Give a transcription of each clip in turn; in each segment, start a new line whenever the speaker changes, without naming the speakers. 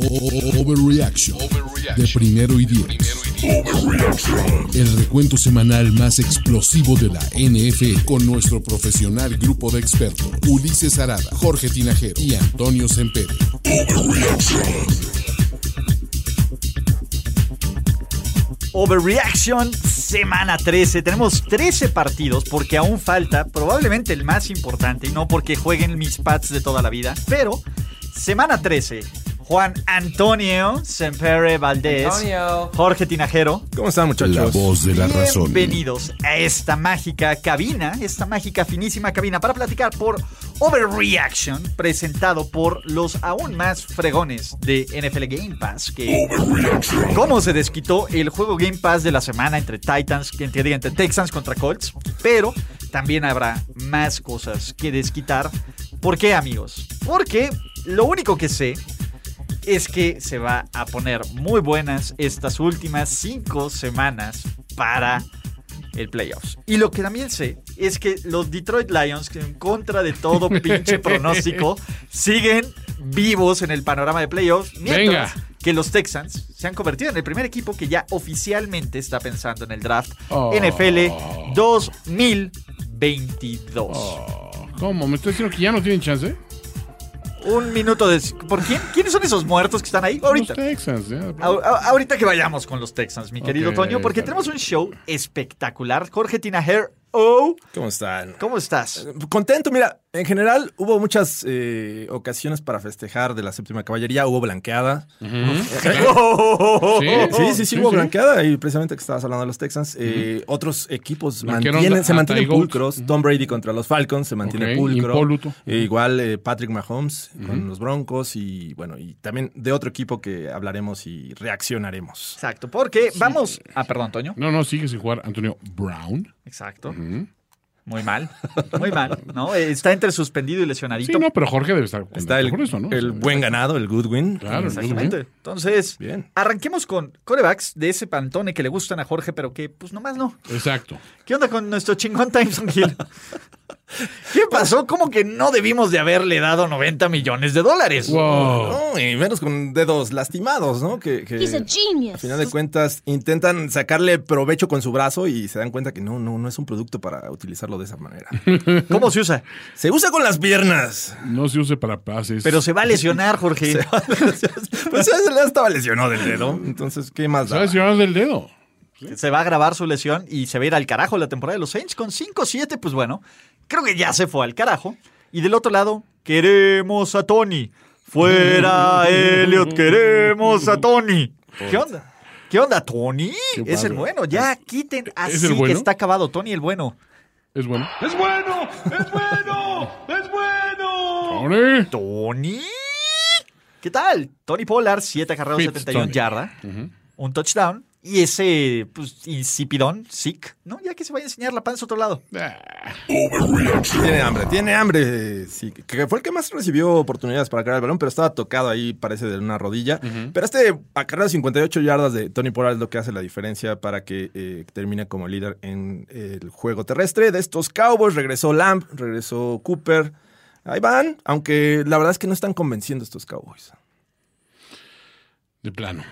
O- Overreaction de primero y diez. El recuento semanal más explosivo de la NFL con nuestro profesional grupo de expertos Ulises Arada, Jorge Tinajero y Antonio Sempere.
Overreaction, semana 13. Tenemos 13 partidos porque aún falta probablemente el más importante y no porque jueguen mis pads de toda la vida, pero semana 13. Juan Antonio Sempere Valdés,
Antonio.
Jorge Tinajero,
¿Cómo están, muchachos?
La voz de la razón.
bienvenidos a esta mágica cabina, esta mágica finísima cabina para platicar por Overreaction, presentado por los aún más fregones de NFL Game Pass que cómo se desquitó el juego Game Pass de la semana entre Titans, que entiende entre Texans contra Colts, pero también habrá más cosas que desquitar. ¿Por qué, amigos? Porque lo único que sé es que se va a poner muy buenas estas últimas cinco semanas para el playoffs. Y lo que también sé es que los Detroit Lions, que en contra de todo pinche pronóstico, siguen vivos en el panorama de playoffs. Mientras
Venga.
que los Texans se han convertido en el primer equipo que ya oficialmente está pensando en el draft
Oh.
NFL 2022.
Oh, ¿Cómo? ¿Me estás diciendo que ya no tienen chance?
Un minuto de... ¿Por quién? ¿Quiénes son esos muertos que están ahí? Ahorita.
Los Texans, ¿eh? ya.
Ah, oh,
Au- au- ahorita que vayamos con los Texans, mi querido
Ok,
Toño, porque
ok.
tenemos un show espectacular. Jorge Tinajer, oh,
¿Cómo están?
¿cómo estás?
Contento, mira, en general hubo muchas eh, ocasiones para festejar de la séptima caballería, hubo blanqueada. Eh,
Sí,
oh, Sí, sí, sí, hubo blanqueada y precisamente que estabas hablando de los Texans, eh, otros equipos
Blanquearon
mantienen,
a-
se
a
mantienen
Ty Goats.
pulcros. Tom Brady contra los Falcons se mantiene
Ok,
pulcro.
impoluto.
E igual eh, Patrick Mahomes con los Broncos y bueno, y también de otro equipo que hablaremos y reaccionaremos.
Exacto, porque vamos... Ah, perdón, Toño.
No, no, sigue sin jugar Antonio Brown.
Exacto. Muy mal, muy mal, ¿no? Eh, Está entre suspendido y
Sí,
lesionadito.
no, pero Jorge debe estar
Está el,
por Pues eso, ¿no?
el buen ganado, el good win.
Claro,
Exactamente. Entonces,
Bien.
arranquemos con corebacks de ese pantone que le gustan a Jorge, pero que pues nomás no.
Exacto.
¿Qué onda con nuestro chingón Tyson Hill? ¿Qué pasó? ¿Cómo que no debimos de haberle dado 90 millones de dólares?
Wow.
No, y menos con dedos lastimados, ¿no? Que, que
He's a
al
genius.
final de cuentas intentan sacarle provecho con su brazo y se dan cuenta que no, no, no es un producto para utilizarlo de esa manera.
¿Cómo se usa?
se usa con las piernas.
No se use para pases.
Pero se va a lesionar, Jorge.
Pues ese le estaba lesionado del dedo. Entonces, ¿qué más da?
¿Sabes si hablas del dedo?
Se va a grabar su lesión y se va a ir al carajo la temporada de los Saints con 5-7. Pues bueno, creo que ya se fue al carajo. Y del otro lado, queremos a Tony. Fuera, Elliot, queremos a Tony. ¿Qué onda? ¿Qué onda, Tony?
Qué
es el
bárbaro.
bueno. Ya quiten así
el bueno?
está acabado. Tony el bueno.
Es bueno.
¡Es bueno! ¡Es bueno! ¡Es bueno!
Tony.
Tony. ¿Qué tal? Tony Pollard, 7 acarreos,
Fitz
71
Tony.
yardas, un touchdown y ese pues, insipidón, sick, ¿no? Ya que se vaya a enseñar la panza a otro lado.
Ah,
Tiene hambre, tiene hambre. Sí, que fue el que más recibió oportunidades para cargar el balón, pero estaba tocado ahí, parece, de una rodilla. Pero este acarreo 58 yardas de Tony Pollard es lo que hace la diferencia para que eh, termine como líder en eh, el juego terrestre. De estos Cowboys regresó Lamb, regresó Cooper. Ahí van, aunque la verdad es que no están convenciendo estos Cowboys.
De plano.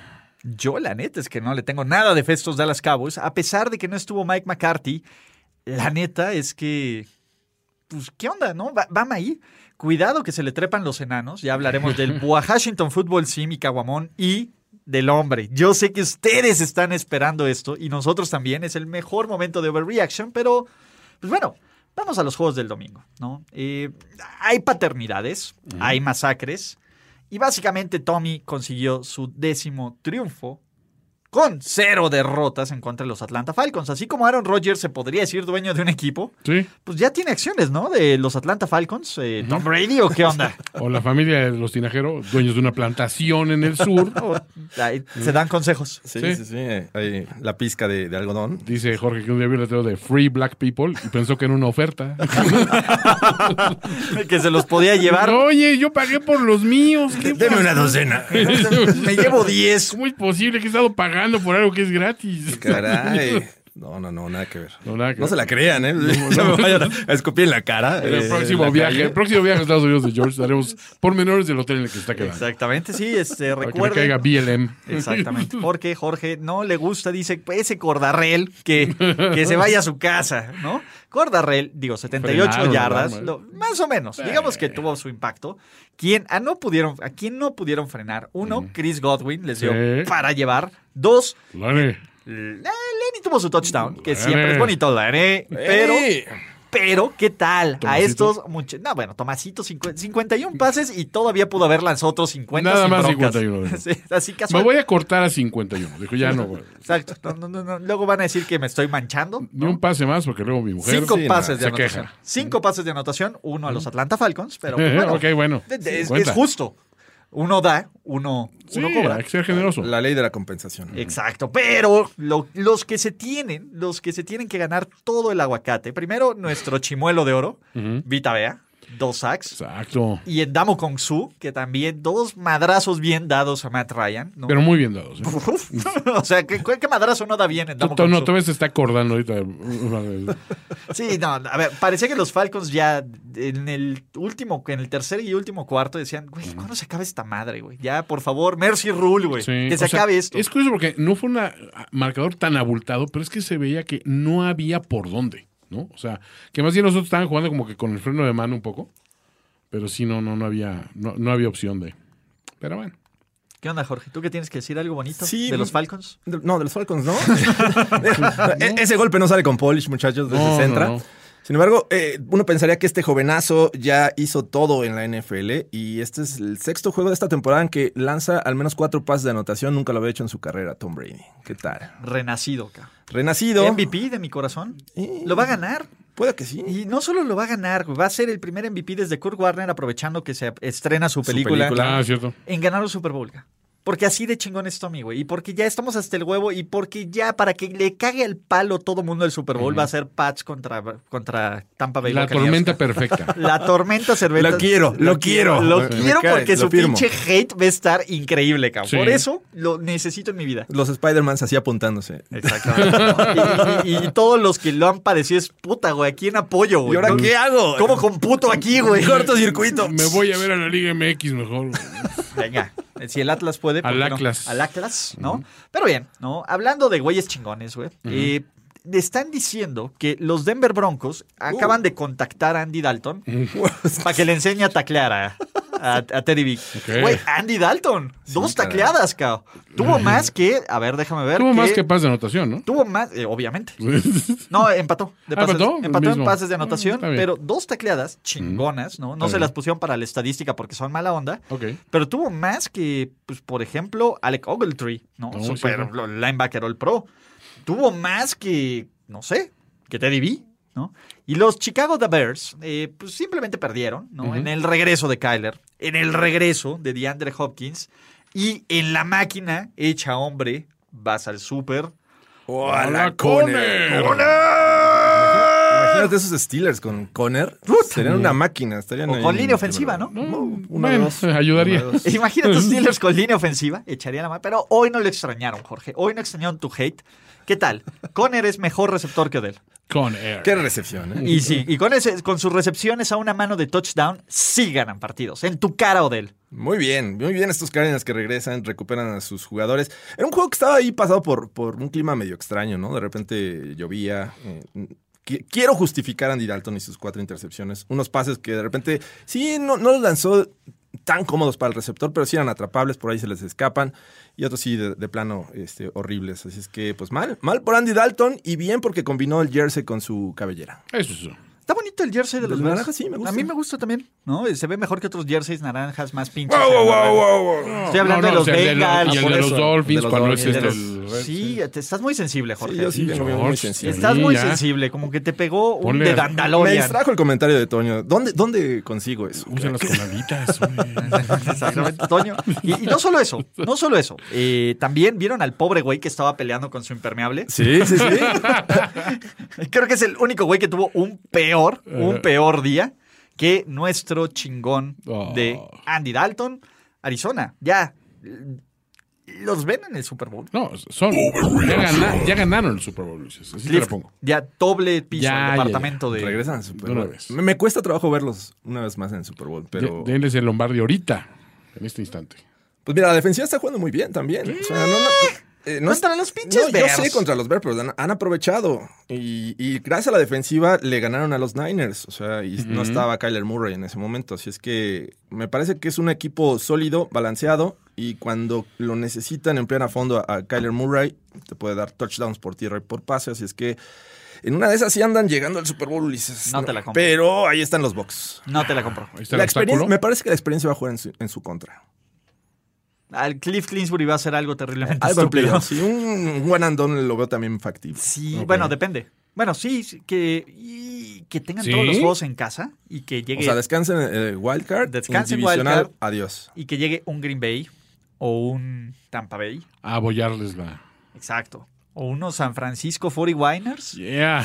Yo, la neta, es que no le tengo nada de festos Dallas Cowboys, a pesar de que no estuvo Mike McCarthy. La neta es que. Pues, ¿qué onda, no? Va, vamos ahí. Cuidado que se le trepan los enanos. Ya hablaremos del Washington Football Sim y Caguamón y del hombre. Yo sé que ustedes están esperando esto y nosotros también. Es el mejor momento de overreaction, pero. Pues bueno, vamos a los juegos del domingo, ¿no? Eh, hay paternidades, hay masacres. Y básicamente Tommy consiguió su décimo triunfo con cero derrotas en contra de los Atlanta Falcons. Así como Aaron Rodgers se podría decir dueño de un equipo,
Sí.
pues ya tiene acciones, ¿no? De los Atlanta Falcons. Eh, ¿Tom Brady o qué onda?
O la familia de los tinajeros, dueños de una plantación en el sur.
O- ahí se dan consejos.
Sí,
Sí.
sí, sí. eh, ahí, la pizca de, de algodón.
Dice Jorge que un día vio el letrero de Free Black People y pensó que era una oferta.
Que se los podía llevar.
Oye, yo pagué por los míos. ¿qué
Deme una docena.
Me llevo 10.
¿Cómo es posible que he estado pagando por algo que es gratis?
Caray. No, no, no, nada que ver.
No, nada que
No
ver.
se la crean, ¿eh? No, me vayan a escupir en la cara.
En
eh,
el próximo
en la
viaje,
calle.
el próximo viaje a Estados Unidos de George, daremos pormenores del hotel en el que está quedando.
Exactamente, sí, este,
Para que me
recuerden.
caiga BLM.
Exactamente. Porque Jorge no le gusta, dice, ese Cordarrel que, que se vaya a su casa, ¿no? Cordarrel, digo, 78
Frenaron,
yardas,
¿verdad?
lo- más o menos, digamos que tuvo su impacto. Quien, a, no pudieron, a quien no pudieron frenar, uno, Chris Godwin les dio
Sí.
para llevar, dos,
Lane,
Lenny tuvo su touchdown, que
Lane.
siempre es bonito, Lenny, pero...
¡Ey!
Pero, ¿qué tal? A
Tomasito.
estos muchachos. No, bueno, Tomasito, 50 51 pases y todavía pudo haber lanzado otros 50.
Nada
sin
más
broncas.
51.
Sí, así
Me
casual.
voy a cortar a 51. Dijo, ya no. güey.
Exacto. No, no, no, no. Luego van a decir que me estoy manchando.
Ni un pase más porque luego mi mujer.
Cinco
sí,
pases
no,
de
se
anotación.
queja.
Cinco pases de anotación, uno a los Atlanta Falcons, pero pues
Eh,
bueno,
ok, bueno.
de- de-
Sí,
es,
cuenta.
es justo. Uno da, uno,
Sí,
uno cobra.
hay que ser generoso.
La ley de la compensación.
Eh.
Exacto, pero lo- los que se tienen, los que se tienen que ganar todo el aguacate. Primero, nuestro chimuelo de oro, Vita Vea, dos sacks.
Exacto.
Y en Damo Kong Su, que también dos madrazos bien dados a Matt Ryan. ¿no?
Pero muy bien dados. ¿eh?
Uf, o sea, ¿qué, qué madrazo no da bien en
Tú-
Damo
tú-
Kong
no,
Su?
todavía se está acordando ahorita. de-
Sí, no, a ver, parecía que los Falcons ya en el último, en el tercer y último cuarto decían, güey, ¿cuándo se acaba esta madre, güey? Ya, por favor, Mercy Rule, güey,
Sí,
que se
o sea,
acabe esto.
Es curioso porque no fue un marcador tan abultado, pero es que se veía que no había por dónde, ¿no? O sea, que más bien nosotros estaban jugando como que con el freno de mano un poco, pero sí, no, no, no había, no, no había opción de. Pero bueno.
¿Qué onda, Jorge? ¿Tú qué tienes que decir algo bonito
Sí,
de los
mm,
Falcons?
De- No, de los Falcons, ¿no? E- Ese golpe no sale con Polish, muchachos, desde
No,
Centra.
no, no.
Sin embargo, eh, uno pensaría que este jovenazo ya hizo todo en la NFL y este es el sexto juego de esta temporada en que lanza al menos cuatro pases de anotación. Nunca lo había hecho en su carrera, Tom Brady. ¿Qué tal?
Renacido, cabrón.
Renacido.
MVP de mi corazón.
Sí.
Lo va a ganar.
Puede que sí.
Y no solo lo va a ganar, güey, va a ser el primer MVP desde Kurt Warner aprovechando que se estrena su película,
Ah, cierto.
en ganar un Super Bowl. ca. Porque así de chingón es Tommy, güey. Y porque ya estamos hasta el huevo y porque ya para que le cague al palo todo mundo el Super Bowl va a ser Pats contra, contra Tampa Bay.
La
Buccaneers,
tormenta
ca.
perfecta.
La tormenta cerveza.
Lo quiero, lo quiero.
Lo
Me
quiero
cae,
porque
lo
su
firmo.
pinche hate va a estar increíble, cabrón.
Sí.
Por eso lo necesito en mi vida.
Los Spider-Mans así apuntándose.
Exactamente. y, y- y todos los que lo han padecido es puta, güey. ¿A quién apoyo, güey?
¿Y ahora qué hago?
¿Cómo computo aquí, güey?
Cortocircuito.
Me voy a ver a la Liga MX mejor.
Venga, si el Atlas puede. ¿por
Al
qué no?
Atlas.
Al Atlas, ¿no? Pero bien, ¿no? Hablando de güeyes chingones, güey. eh, le están diciendo que los Denver Broncos
Uh.
acaban de contactar a Andy Dalton
Pues,
para que le enseñe a taclear a, a- a Teddy Big.
Ok.
Güey, Andy Dalton, dos
caray.
tacleadas, cabrón. Tuvo más que, a ver, déjame ver.
Tuvo más que paz de anotación, ¿no?
Tuvo más, eh, obviamente. No, empató. de
Ah,
pases.
¿empató?
empató en
Mismo.
pases de
Ah,
anotación,
está bien.
pero dos tacleadas chingonas, ¿no? No
Está
se
bien.
las pusieron para la estadística porque son mala onda.
Ok.
Pero tuvo más que, pues, por ejemplo, Alec Ogletree, ¿no?
No,
Super
sí, no.
linebacker all pro. Tuvo más que, no sé, que Teddy B, ¿no? Y los Chicago The Bears, eh, pues simplemente perdieron, ¿no? En el regreso de Kyler, en el regreso de DeAndre Hopkins y en la máquina hecha hombre, vas al súper.
¡Hola, Conner!
Imagínate esos Steelers con Conner. Serían una máquina. Estarían
O
ahí.
con línea ofensiva, ¿no?
Uno,
Mm, Bueno,
dos.
ayudaría.
Uno, dos.
Imagínate los Steelers con línea ofensiva, echaría la mano. Pero hoy no lo extrañaron, Jorge. Hoy no extrañaron tu hate. ¿Qué tal? Conner es mejor receptor que Odell.
Conner.
Qué recepción, ¿eh?
Y sí, y con, ese- con sus recepciones a una mano de touchdown, sí ganan partidos. En tu cara, Odell.
Muy bien, muy bien estos Cardinals que regresan, recuperan a sus jugadores. Era un juego que estaba ahí pasado por, por un clima medio extraño, ¿no? De repente llovía. eh, qui- Quiero justificar a Andy Dalton y sus cuatro intercepciones. Unos pases que de repente, sí, no, no los lanzó tan cómodos para el receptor, pero sí eran atrapables, por ahí se les escapan. Y otros sí, de, de plano, este, horribles. Así es que, pues mal, mal por Andy Dalton y bien porque combinó el jersey con su cabellera.
Eso es.
Está bonito el jersey de
Del
los
naranja
Bears.
sí, me gusta.
A mí me gusta también, ¿no? Se ve mejor que otros jerseys naranjas más pinches.
¡Wow, wow, wow, wow, wow!
Estoy hablando de
No, no, o
los
sea, el de los-
Bengals.
y el
por
de los
eso.
Dolphins
De los
cuando es
Dolphins,
este.
de
el
Sí,
Red,
te- estás muy sensible, Jorge.
Sí, yo sí
Sí,
vengo muy
George,
sensible.
sí,
Estás muy
ya.
sensible, como que te pegó un
Ponle-
de
Me
Dandalorian.
distrajo el comentario de Toño. ¿Dónde, dónde consigo eso?
Usa las colabitas.
Exactamente, Toño. Y, y no solo eso, no solo eso. Eh, también vieron al pobre güey que estaba peleando con su impermeable.
Sí, sí, sí.
Creo que es el único güey que tuvo un peor,
Eh.
un peor día que nuestro chingón
Oh.
de Andy Dalton, Arizona. Ya. eh, ¿Los ven en el Super Bowl?
No, son. Ya, gana- ya ganaron el Super Bowl, Luis. Así te
Cliff,
lo pongo.
Ya doble piso
Ya, ya,
el
ya.
departamento de.
Regresan al Super
De una
Bowl.
vez.
Me, me cuesta trabajo verlos una vez más en el Super Bowl, pero...
De- Denles el Lombardi ahorita, en este instante.
Pues mira, la defensiva está jugando muy bien también. O sea, no, no, eh, no-
Contra los pinches
no, yo
Bears.
sé contra los Bears, pero han, han aprovechado. Y, y gracias a la defensiva le ganaron a los Niners. O sea, y no estaba Kyler Murray en ese momento. Así es que me parece que es un equipo sólido, balanceado. Y cuando lo necesitan, emplean a fondo a, a Kyler Murray. Te puede dar touchdowns por tierra y por pase. Así es que en una de esas sí andan llegando al Super Bowl, Ulises.
No te la compro.
Pero ahí están los Bucks.
No te la compro.
Ahí está
La
el obstáculo.
experiencia, me parece que la experiencia va a jugar en su- en su contra.
Al Cliff Clinsbury va a hacer algo terriblemente
Algo en
estúpido.
playoffs. Sí, un buen andón lo veo también factible.
Sí, bueno, depende. Bueno, sí, sí, que, y que tengan
¿Sí?
todos los juegos en casa y que llegue
O sea, descansen eh, el wildcard,
Descansen
divisional,
wild card.
adiós.
y que llegue un Green Bay o un Tampa Bay,
A abollarles la.
exacto, o unos San Francisco 49ers
Yeah.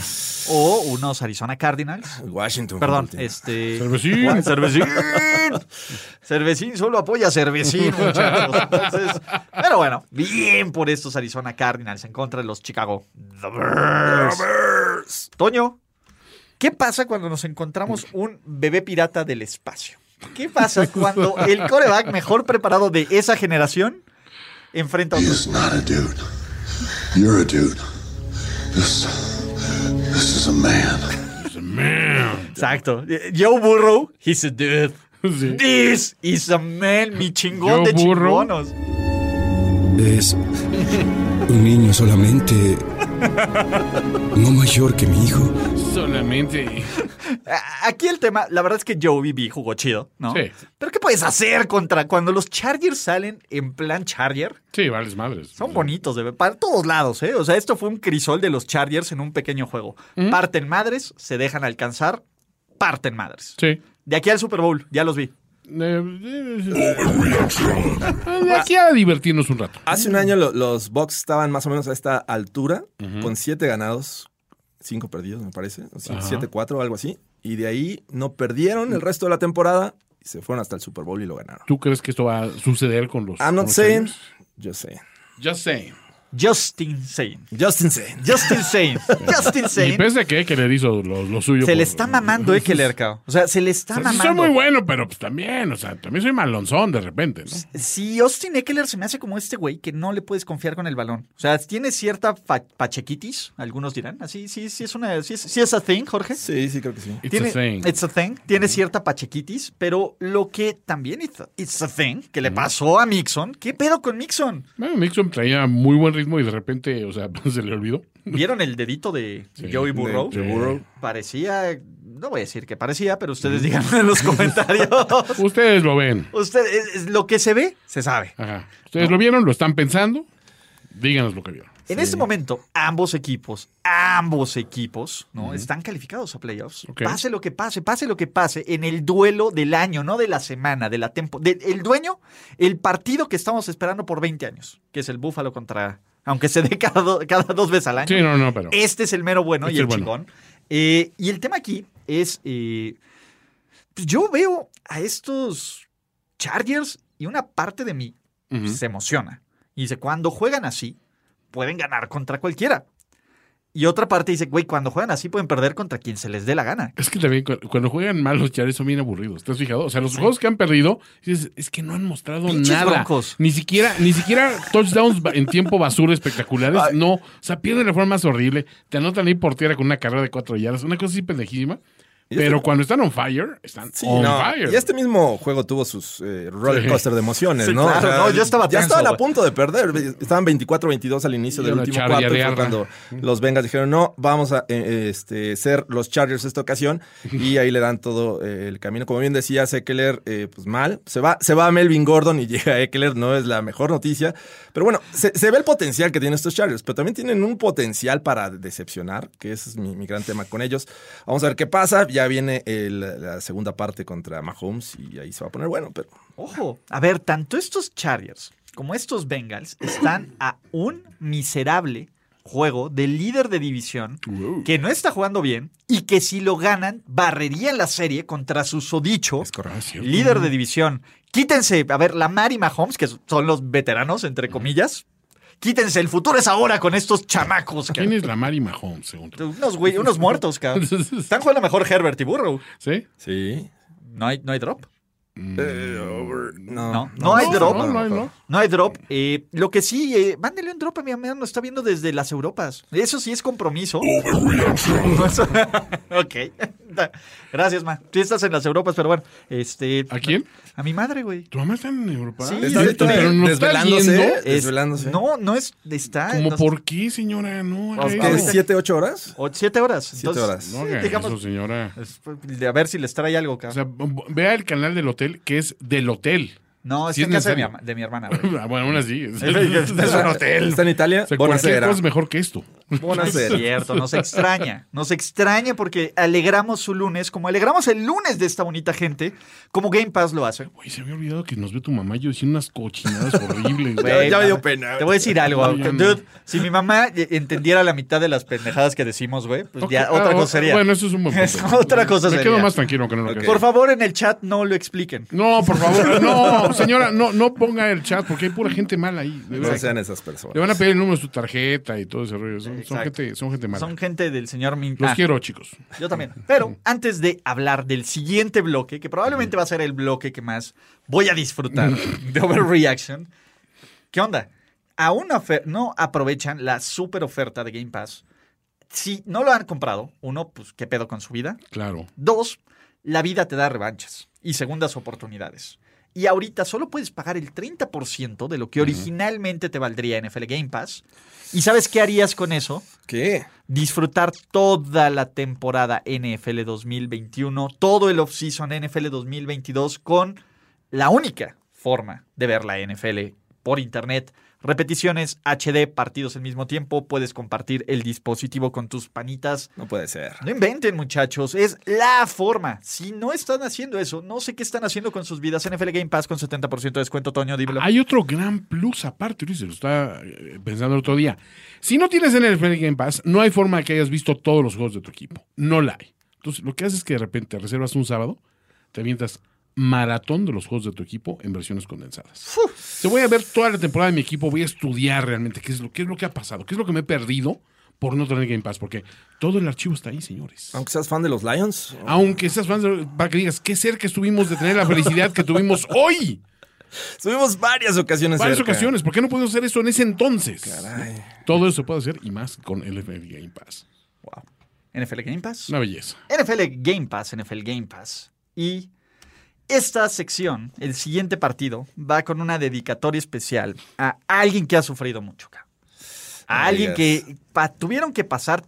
o unos Arizona Cardinals.
Washington.
Perdón,
Football Team.
este
Cervecín.
Juan Cervecín. Cervecín solo apoya a Cervecín, muchachos. Entonces, pero bueno, bien por estos Arizona Cardinals en contra de los Chicago The Bears. Toño, ¿qué pasa cuando nos encontramos un bebé pirata del espacio? ¿Qué pasa cuando el coreback mejor preparado de esa generación enfrenta a otro?
It's not a dude. You're a dude. This, this is a man.
Exacto. Joe Burrow, he's a dude.
Sí.
This is a man, mi chingón
Joe
de
Burrow.
chingonos.
Es un niño solamente. No mayor que mi hijo.
Solamente.
A- Aquí el tema, la verdad es que Joe BB jugó chido, ¿no?
Sí.
Pero ¿qué puedes hacer contra cuando los Chargers salen en plan Charger?
Sí, vales madres.
Son bonitos de ver, para todos lados, ¿eh? O sea, esto fue un crisol de los Chargers en un pequeño juego. Parten madres, se dejan alcanzar, parten madres.
Sí. Eh,
De aquí al Super Bowl, ya los vi.
De aquí a divertirnos un rato.
Hace un año lo- los Bucks estaban más o menos a esta altura, con siete ganados, cinco perdidos, me parece. o sí,
Ajá.
Siete, cuatro, algo así. Y de ahí no perdieron el resto de la temporada y se fueron hasta el Super Bowl y lo ganaron.
¿Tú crees que esto va a suceder con los.
I'm
con
not
los
saying.
Chargers?
Yo sé.
Just saying.
Justin Sane.
Justin saying.
Justin Sane. Justin
Y
Sane.
pese a que Eckler hizo lo, lo suyo.
Se le
por-
está mamando Ekelerka. O sea, se le
O
está
sea, sí
mamando.
soy muy bueno, pero pues también, o sea, también soy malonzón de repente,
Pues,
¿no?
Si Austin Eckler se me hace como este güey que no le puedes confiar con el balón. O sea, tiene cierta fa- pachequitis, algunos dirán. Así, sí, sí es una, sí es, sí es a thing, Jorge.
Sí, sí, creo que sí.
It's
tiene,
a thing.
It's a thing. Tiene cierta pachequitis, pero lo que también it's a, it's a thing que le pasó a Mixon. ¿Qué pedo con Mixon?
Bueno, Mixon traía muy buen ritmo y de repente, o sea, pues, se le olvidó.
¿Vieron el dedito de Joey Burrow?
De- de Burrow.
Parecía, no voy a decir que parecía, pero ustedes díganme en los comentarios.
Ustedes lo ven.
Usted, es- es lo que se ve, se sabe.
Ajá. Ustedes lo vieron, lo están pensando. Díganos lo que vieron.
En este momento, ambos equipos, ambos equipos, ¿no? Están calificados a playoffs.
Ok.
Pase lo que pase, pase lo que pase, en el duelo del año, no de la semana, de la tempo, de- el dueño, el partido que estamos esperando por 20 años, que es el Búfalo contra, aunque se dé cada, do- cada dos veces al año.
Sí, no, no, pero.
Este es el mero bueno
Este
y el
es bueno.
chingón. Eh, y el tema aquí es, eh, pues yo veo a estos Chargers y una parte de mí
Ujú.
se emociona. Y dice, cuando juegan así, pueden ganar contra cualquiera. Y otra parte dice, güey, cuando juegan así pueden perder contra quien se les dé la gana.
Es que también cu- cuando juegan mal los Chargers son bien aburridos. ¿Te has fijado? O sea, los juegos que han perdido dices, es que no han mostrado
Pinches
nada.
broncos.
Ni siquiera, ni siquiera touchdowns ba- en tiempo basura espectaculares. No. O sea, pierden de la forma más horrible. Te anotan ahí por tierra con una carrera de cuatro yardas. Una cosa así pendejísima.
Y este-
Pero cuando están on fire, están
Sí,
on
no,
fire.
Y este mismo juego tuvo sus eh, roller coaster de emociones,
Sí,
¿no?
claro, no, yo estaba
Ya
tenso,
estaban a
güey.
punto de perder. Estaban 24-22 al inicio
Y
del
una
último cuarto. y fue
charreadearra.
cuando los Bengals dijeron, no, vamos a eh, este, ser los Chargers esta ocasión. Y ahí le dan todo eh, el camino. Como bien decía Eckler, eh, pues mal. Se va, se va a Melvin Gordon y llega Eckler. No es la mejor noticia. Pero bueno, se, se ve el potencial que tienen estos Chargers. Pero también tienen un potencial para decepcionar, que ese es mi, mi gran tema con ellos. Vamos a ver qué pasa. Ya viene el- la segunda parte contra Mahomes y ahí se va a poner bueno. Pero
Ojo, a ver, tanto estos Chargers como estos Bengals están a un miserable juego del líder de división que no está jugando bien y que si lo ganan barrerían la serie contra su sodicho líder de división. Quítense, a ver, Lamar y Mahomes, que son los veteranos, entre comillas, quítense, el futuro es ahora con estos chamacos.
¿Quién
cabrón.
es la Mari Mahomes, según tú?
Unos, güey, unos muertos, cabrón. Están jugando mejor Herbert y Burrow.
¿Sí?
sí.
No hay, no hay drop.
No,
No, no hay drop.
No, no, no.
No hay drop. Eh, lo que sí, eh, mándele un drop a mi amigo, nos está viendo desde las Europas. Eso sí es compromiso. Eso- ok. Da- Gracias, ma. Tú estás en las Europas, pero bueno. Este,
¿A quién?
A mi madre, güey.
¿Tu mamá está en Europa?
Sí,
Está-
está-
pero no está
desvelándose.
viendo.
Es-
Desvelándose.
No, no es. Está.
¿Cómo
no-
por qué, señora? No, haga
Pues,
eso.
¿Qué,
ahorita-
¿Siete, ocho horas?
o- siete horas.
Siete
Entonces,
horas.
No haga
digamos-
eso, señora.
es- de a ver si les trae algo,
O
cabrón.
sea, b- vea el canal del hotel, que es del hotel.
No, está
sí es
en casa de mi,
necesario.
ama- de mi hermana, güey.
Ah, bueno, aún así. Es,
Es un hotel.
Está en Italia.
O sea, cualquier
Buenasera.
cosa es mejor que esto.
No
Buenasera.
es cierto, nos extraña. Nos extraña porque alegramos su lunes, como alegramos el lunes de esta bonita gente, como Game Pass lo hace.
Güey, se había olvidado que nos vio tu mamá y yo diciendo unas cochinadas horribles.
Güey,
ya me dio
mamá,
pena.
Te voy a decir algo.
No, yo no.
dude, si mi mamá e-, entendiera la mitad de las pendejadas que decimos, güey, pues
Ok,
ya
ah,
otra
o-
cosa sería.
Bueno, eso es un buen punto.
Es otra cosa
Me
sería.
quedo más tranquilo aunque no lo
Ok.
creas.
Por favor, en el chat no lo expliquen.
No, por favor, no, señora, no, no ponga el chat porque hay pura gente mala ahí. de
No
verdad.
sean esas personas.
Le van a pedir el número de su tarjeta y todo ese rollo. Son, son
Exacto.
gente, son gente mala.
Son gente del señor Min.
Los
Ah,
quiero, chicos.
Yo también. Pero antes de hablar del siguiente bloque, que probablemente va a ser el bloque que más voy a disfrutar de Overreaction, ¿qué onda? Aún ofe- no aprovechan la super oferta de Game Pass. Si no lo han comprado, uno, pues qué pedo con su vida.
Claro.
Dos, la vida te da revanchas y segundas oportunidades. Y ahorita solo puedes pagar el 30% de lo que originalmente te valdría NFL Game Pass. ¿Y sabes qué harías con eso?
¿Qué?
disfrutar toda la temporada NFL 2021, todo el offseason NFL 2022 con la única forma de ver la NFL por internet. Repeticiones, HD, partidos al mismo tiempo, puedes compartir el dispositivo con tus panitas.
No puede ser.
No inventen, muchachos, es la forma. Si no están haciendo eso, no sé qué están haciendo con sus vidas. NFL Game Pass con 70% de descuento, Toño, dímelo.
Hay otro gran plus aparte, Luis, se lo estaba eh, pensando el otro día. Si no tienes NFL Game Pass, no hay forma de que hayas visto todos los juegos de tu equipo. No la hay. Entonces, lo que haces es que de repente reservas un sábado, te avientas maratón de los juegos de tu equipo en versiones condensadas. Te voy a ver toda la temporada de mi equipo, voy a estudiar realmente qué es lo, qué es lo que ha pasado, qué es lo que me he perdido por no tener Game Pass, porque todo el archivo está ahí, señores.
Aunque seas fan de los Lions.
Aunque seas fan, de- para que digas, qué cerca estuvimos de tener la felicidad que tuvimos hoy.
Tuvimos varias ocasiones.
Varias
cerca.
ocasiones. ¿Por qué no pudimos hacer eso en ese entonces? Todo eso se puede hacer y más con NFL Game Pass.
NFL Game Pass.
Una belleza.
NFL Game Pass, NFL Game Pass. Y esta sección, el siguiente partido, va con una dedicatoria especial a alguien que ha sufrido mucho. cabrón. A
No
alguien
digas.
que pa- tuvieron que pasar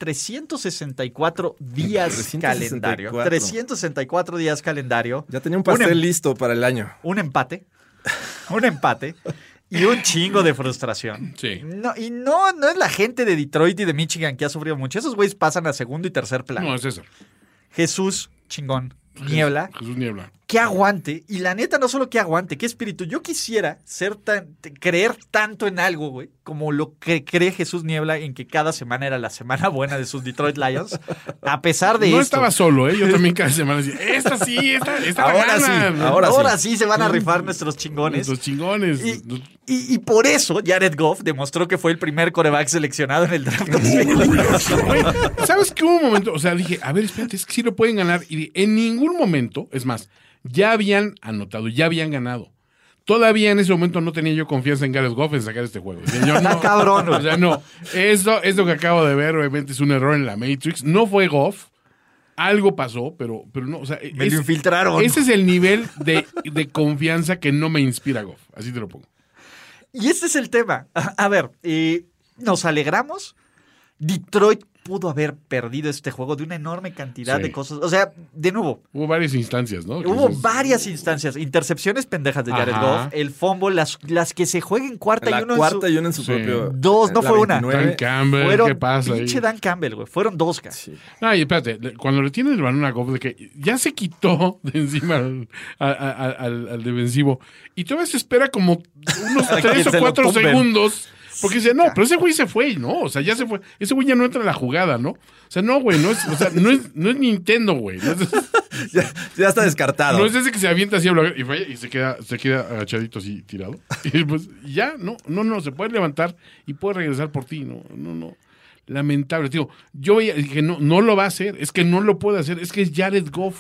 364 días
364.
calendario. 364 días calendario.
Ya tenía un pastel
em-
listo para el año.
un empate, un empate y un chingo de frustración.
Sí.
No, y no, no es la gente de Detroit y de Michigan que ha sufrido mucho. Esos güeyes pasan a segundo y tercer plano.
No, es César.
Jesús Chingón Niebla,
Jesús Niebla.
que aguante. Y la neta, no solo que aguante, qué espíritu. Yo quisiera ser tan, t- creer tanto en algo, güey, como lo que cree Jesús Niebla en que cada semana era la semana buena de sus Detroit Lions. A pesar de
No
esto.
estaba solo, ¿eh? Yo también cada semana decía, esta sí, esta, esta
Ahora sí,
Ahora,
ahora sí.
sí. se van a rifar nuestros chingones.
Los chingones.
Y, y- y por eso Jared Goff demostró que fue el primer coreback seleccionado en el draft 2022.
Güey, ¿Sabes qué hubo un momento? O sea, dije, a ver, espérate, es que sí lo pueden ganar. Y en ningún momento, es más, ya habían anotado, ya habían ganado. Todavía en ese momento no tenía yo confianza en Gareth Goff en sacar este juego. O sea, yo no,
cabrón, güey.
O sea, no. Esto, esto que acabo de ver, obviamente, es un error en la Matrix. No fue Goff. Algo pasó, pero, pero no, o sea,
Me lo infiltraron.
Ese es el nivel de, de confianza que no me inspira Goff. Así te lo pongo.
Y este es el tema. A ver, eh, nos alegramos. Detroit pudo haber perdido este juego de una enorme cantidad
Sí.
de cosas. O sea, de nuevo,
Hubo varias instancias, ¿no? Que
Hubo
dices,
varias instancias, intercepciones pendejas de Jared
Ajá.
Goff, el fumble, las, las que se jueguen cuarta
La
y uno
cuarta
en su-
y una en su
Sí.
propio.
Dos, no
la
fue una.
29.
Dan Campbell,
fueron
¿qué pasa ahí?
pinche Dan Campbell, güey, fueron dos, cara.
Sí.
No, Ah, y espérate, le- cuando le tienen el balón a Goff, de que ya se quitó de encima al, a- a- a- al- al defensivo, y todavía se espera como unos
A que
tres o
se lo
cuatro
tumben.
segundos, porque dice, no, pero ese güey se fue, no, o sea, ya se fue, ese güey ya no entra en la jugada, ¿no? O sea, no, güey, no es, o sea, no es, no es Nintendo, güey, no es,
Ya, ya está descartado.
no es ese que se avienta así a bloquear y falla y se queda, se queda agachadito así, tirado, y pues ya, no, no, no, se puede levantar y puede regresar por ti, no, no, no. Lamentable, tío. Yo veía- dije, no, no lo va a hacer, es que no lo puede hacer, es que es Jared Goff.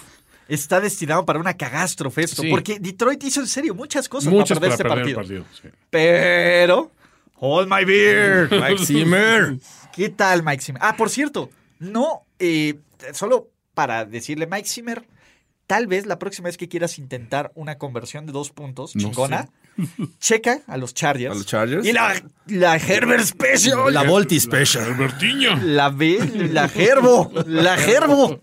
Está destinado para una cagástrofe esto,
Sí.
porque Detroit hizo en serio muchas cosas
Muchas
para perder
para perder
este partido.
el partido. sí.
Pero, hold my beer.
Mike Zimmer.
¿Qué tal, Mike Zimmer? Ah, por cierto, no, eh, solo para decirle, Mike Zimmer, tal vez la próxima vez que quieras intentar una conversión de dos puntos,
No
chingona, checa a los Chargers.
A los Chargers.
Y la, la Herbert Special.
La
La,
Volti Special.
Albertiño.
la B, la Gerbo, la Gerbo.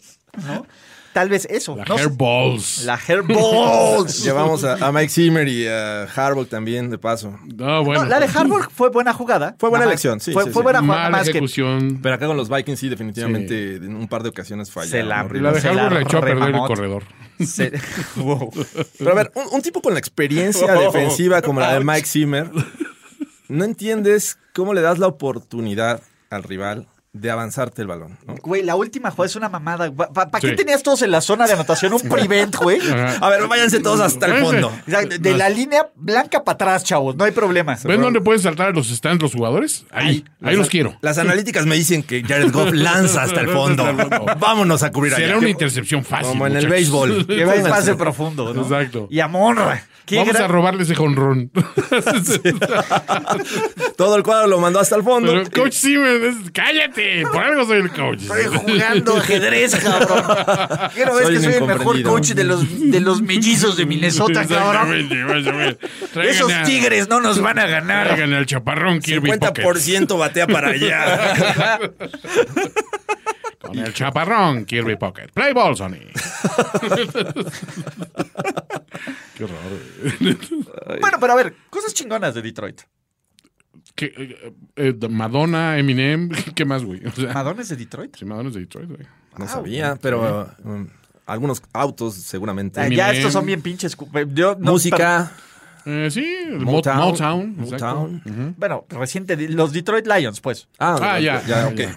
¿no? Tal vez eso.
La
no sé.
Hairballs.
La Herballs.
Llevamos a, a Mike Zimmer y a Harbaugh también, de paso.
No, bueno.
No, la de Harvard fue buena jugada.
Fue buena
Nada más.
elección, sí,
Fue,
sí,
fue
sí.
buena jugada, nada
Mala
más que
ejecución.
Pero acá con los Vikings sí, definitivamente en un par de ocasiones falla.
Se la-
La de
se la
Harvard la echó a perder el
remamó.
corredor.
se- Wow.
Pero a ver, un, un tipo con la experiencia
Oh.
defensiva como la de Mike Zimmer, no entiendes cómo le das la oportunidad al rival de avanzarte el balón. ¿no?
Güey, la última jugada es una mamada. ¿Para qué
Sí.
tenías todos en la zona de anotación un prevent, güey?
Ajá.
A ver, váyanse todos hasta el fondo.
O sea, de- de la línea blanca para atrás, chavos, no hay problema.
¿Ven dónde pueden saltar a los stands los jugadores? Ahí, ahí los quiero.
Las analíticas me dicen que Jared Goff lanza hasta el fondo. Vámonos a cubrir
Será
allá.
una intercepción fácil.
Como en el béisbol.
muchachos.
Que va el pase profundo, ¿no?
Exacto.
Y a Monra. Qué
Vamos
gran-
a robarle ese jonrón.
Todo el cuadro lo mandó hasta el fondo.
Pero coach Zimmer, es- cállate. Por algo soy el coach.
Estoy jugando ajedrez, cabrón. Quiero ver
Soy
que
un
soy el mejor
incomprendido.
coach de los, de los mellizos de Minnesota, cabrón.
Exactamente, más o menos. Traigan
Esos
a-
tigres no nos van a ganar.
Traigan al chaparrón Kirby Pocket.
50% batea para allá.
Con el chaparrón Kirby Pocket. Play ball, Sony. Qué raro.
Bueno, pero a ver, cosas chingonas de Detroit.
¿Qué, eh, eh, Madonna, Eminem, ¿qué más, güey? O sea,
¿Madonna es de Detroit?
sí, Madonna es de Detroit, güey.
No sabía, pero um, algunos autos seguramente.
Ah, ya
Eminem.
estos son bien pinches. cu- Yo no-
Música,
Eh, sí, el Mo-
Motown.
Motown. exacto.
Motown.
pero- Bueno, reciente, los Detroit Lions, pues.
Ah,
Ah, ya,
Ya,
ya,
ok.
ya.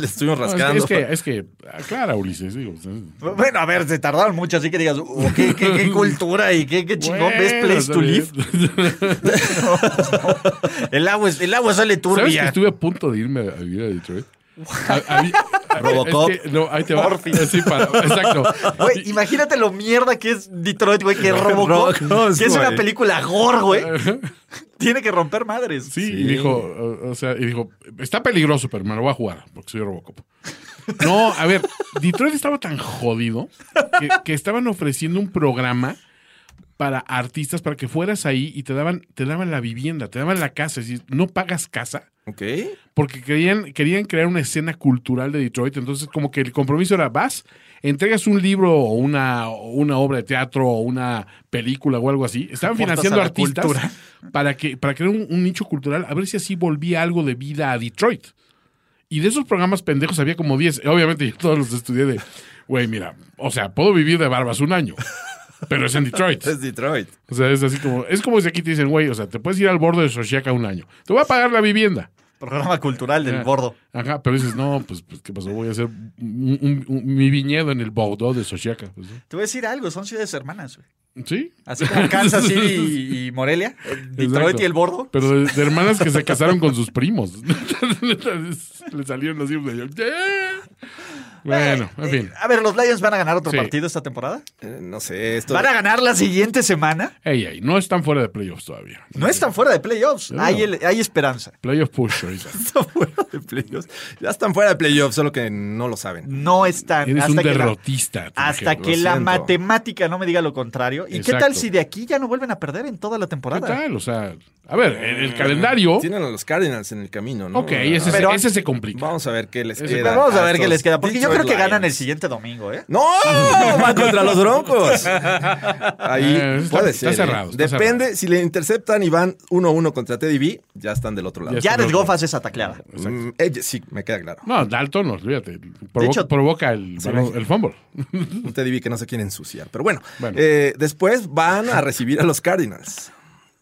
Le estuvimos
No, es
rascando.
que- eh, es, que, es que, aclara, Ulises, digo. o sea,
Bueno, a ver, se tardaron mucho, así que digas, uh, qué, qué- qué cultura y qué, qué chingón ves
bueno,
Place to Live.
¿sabes?
El agua, es- el agua sale
¿Sabes que
turbia.
estuve a punto de irme a vivir a Detroit? A- a mí- a-
Robocop.
es que- no, ahí te va.
Morpheus.
Sí, para- exacto.
Güey, imagínate lo mierda que es Detroit, güey, que es Robocop,
Robocop,
que es una
güey.
película gore, güey. Tiene que romper madres.
Sí, y dijo, o, o sea, y dijo, está peligroso, pero me lo voy a jugar, porque soy Robocop. No, a ver, Detroit estaba tan jodido que, que estaban ofreciendo un programa para artistas para que fueras ahí y te daban, te daban la vivienda, te daban la casa, es decir, no pagas casa.
Ok. eh,
porque querían, querían crear una escena cultural de Detroit. Entonces, como que el compromiso era, vas, entregas un libro o una, o una obra de teatro o una película o algo así. Estaban
Aportas
financiando
a la
artistas
cultura.
para que para crear un, un nicho cultural, a ver si así volvía algo de vida a Detroit. Y de esos programas pendejos había como 10. Obviamente yo todos los estudié de, güey, mira, o sea, puedo vivir de barbas un año, pero es en Detroit.
Es Detroit.
O sea, es así como, es como si aquí te dicen, güey, o sea, te puedes ir al borde de Xochiaca un año. Te voy a pagar la vivienda.
Programa cultural del
Ah,
gordo.
Ajá, pero dices, no, pues, pues, ¿qué pasó? Voy a hacer un- un- un- mi viñedo en el Baudó de Xochiaca. pues, ¿no?
Te voy a decir algo, son ciudades hermanas, güey.
sí.
Así como Kansas City y, y Morelia, eh, Detroit
Exacto.
y el bordo.
Pero de, de hermanas que se casaron con sus primos. Le salieron los hijos de ellos. Bueno, en fin.
Eh, a ver, ¿los Lions van a ganar otro
Sí.
partido esta temporada?
Eh, no sé, esto.
¿Van a ganar la siguiente semana?
Ey, ey, no están fuera de playoffs todavía.
No están fuera de playoffs.
No.
Hay, el- hay esperanza.
Playoff push ahorita.
Están fuera de playoffs. Ya están fuera de playoffs, solo que no lo saben.
No están.
Eres un
que la-
derrotista. Tim
hasta
Kelly.
que la
siento.
matemática no me diga lo contrario. ¿Y qué
Exacto.
tal si de aquí ya no vuelven a perder en toda la
¿Qué
temporada?
tal? O sea, a ver, el,
Mm,
el calendario.
Tienen a los Cardinals en el camino, ¿no?
Ok, ese, se-
Pero-
ese se complica.
Vamos a ver qué les
Ese-
queda.
Pero Pues vamos a ver qué
estos
les queda. Porque yo creo
Detroit
que ganan el
Lions.
siguiente domingo, ¿eh?
¡No! Van contra los broncos. Ahí
Eh, está-
puede ser.
está
¿eh?
cerrado, está
Depende, si le interceptan y van 1-1 contra Teddy B, ya están del otro lado.
Ya
Jared
este loco.
Goff hace esa tacleada.
Mm, eh, sí, me queda claro.
No, Dalton, no, olvídate. Provoca,
hecho-
provoca el,
Sí,
balón-
me-
el fumble.
Mm.
Un Teddy B que no se quiere ensuciar. Pero bueno,
Bueno.
eh, después van a recibir a los Cardinals.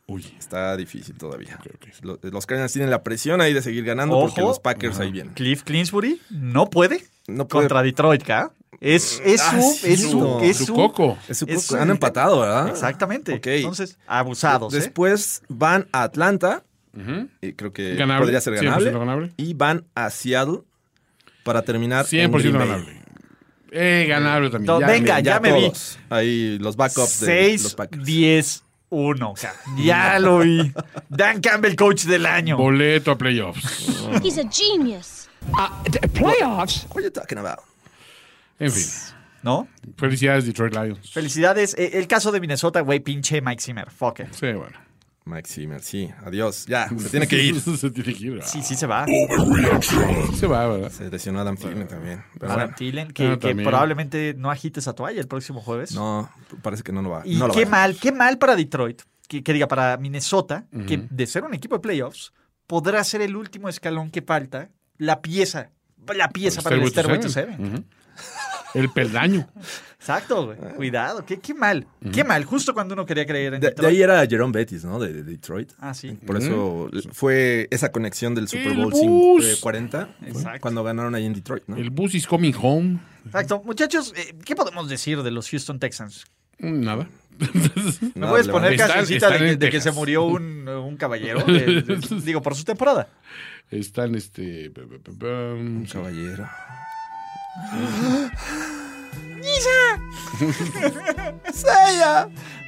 Uy.
Está difícil todavía.
ok.
Lo- Los, Cardinals tienen la presión ahí de seguir ganando porque
Ojo.
los Packers ahí vienen.
Cliff Clinsbury no puede,
No puede.
contra Detroit, ¿ca? Es, es
Ah,
su,
sí,
es su,
no.
es
Su
su-
coco.
Es su-
es-
han empatado, ¿verdad?
Exactamente.
Ok.
Entonces, abusados. ¿eh?
Después van a Atlanta.
Ujú.
y creo que
Ganable,
podría ser
100%
ganable.
ganable.
Y van a Seattle para terminar. en Green
100%
Bay.
ganable. Eh, ganable también.
No,
Ya,
venga, ya me vi.
todos. Ahí los backups de los
6,
Packers.
10, 1. ya lo vi. Dan Campbell, coach del año.
Boleto a playoffs.
He's a genius.
What are you talking about?
En fin.
¿No?
Felicidades, Detroit Lions.
Pues, Felicidades. Eh, El caso de Minnesota, güey, pinche Mike Zimmer. Fuck it.
Sí, bueno.
Mike Zimmer, sí. Adiós. Ya, se tiene que ir.
se tiene que ir.
Sí, sí se
Ah,
va.
Se va, ¿verdad?
Se lesionó Adam Thielen también. Pero
Adam
bueno,
Thielen, que,
Ah,
que
también.
probablemente no agite esa toalla el próximo jueves.
no, parece que no lo va.
Y
no lo
qué
va.
mal, qué mal para Detroit, que, que diga para Minnesota, que de ser un equipo de playoffs, podrá ser el último escalón que falta, la pieza, la pieza
Pues,
para el Stairway to Seven.
Ujú. El peldaño.
Exacto, güey. Cuidado, qué, qué mal, qué mal, justo cuando uno quería creer en
Ah. De, de
Detroit.
ahí era Jerome Bettis, ¿no? De, de Detroit.
Ah, sí.
Por eso fue esa conexión del Super
El
Bowl
bus.
50, 40
Exacto.
cuando ganaron ahí en Detroit, ¿no?
El bus is coming home.
Exacto. Muchachos, eh, ¿qué podemos decir de los Houston Texans?
Mm, Nada.
¿Me
Nada,
puedes
le
poner
van-
Están-
cancioncita de,
están
que-
en
de que se
Texas.
murió un, un caballero? De- de- digo, por su temporada.
Están este. pe- pe- pe- pam.
Caballero.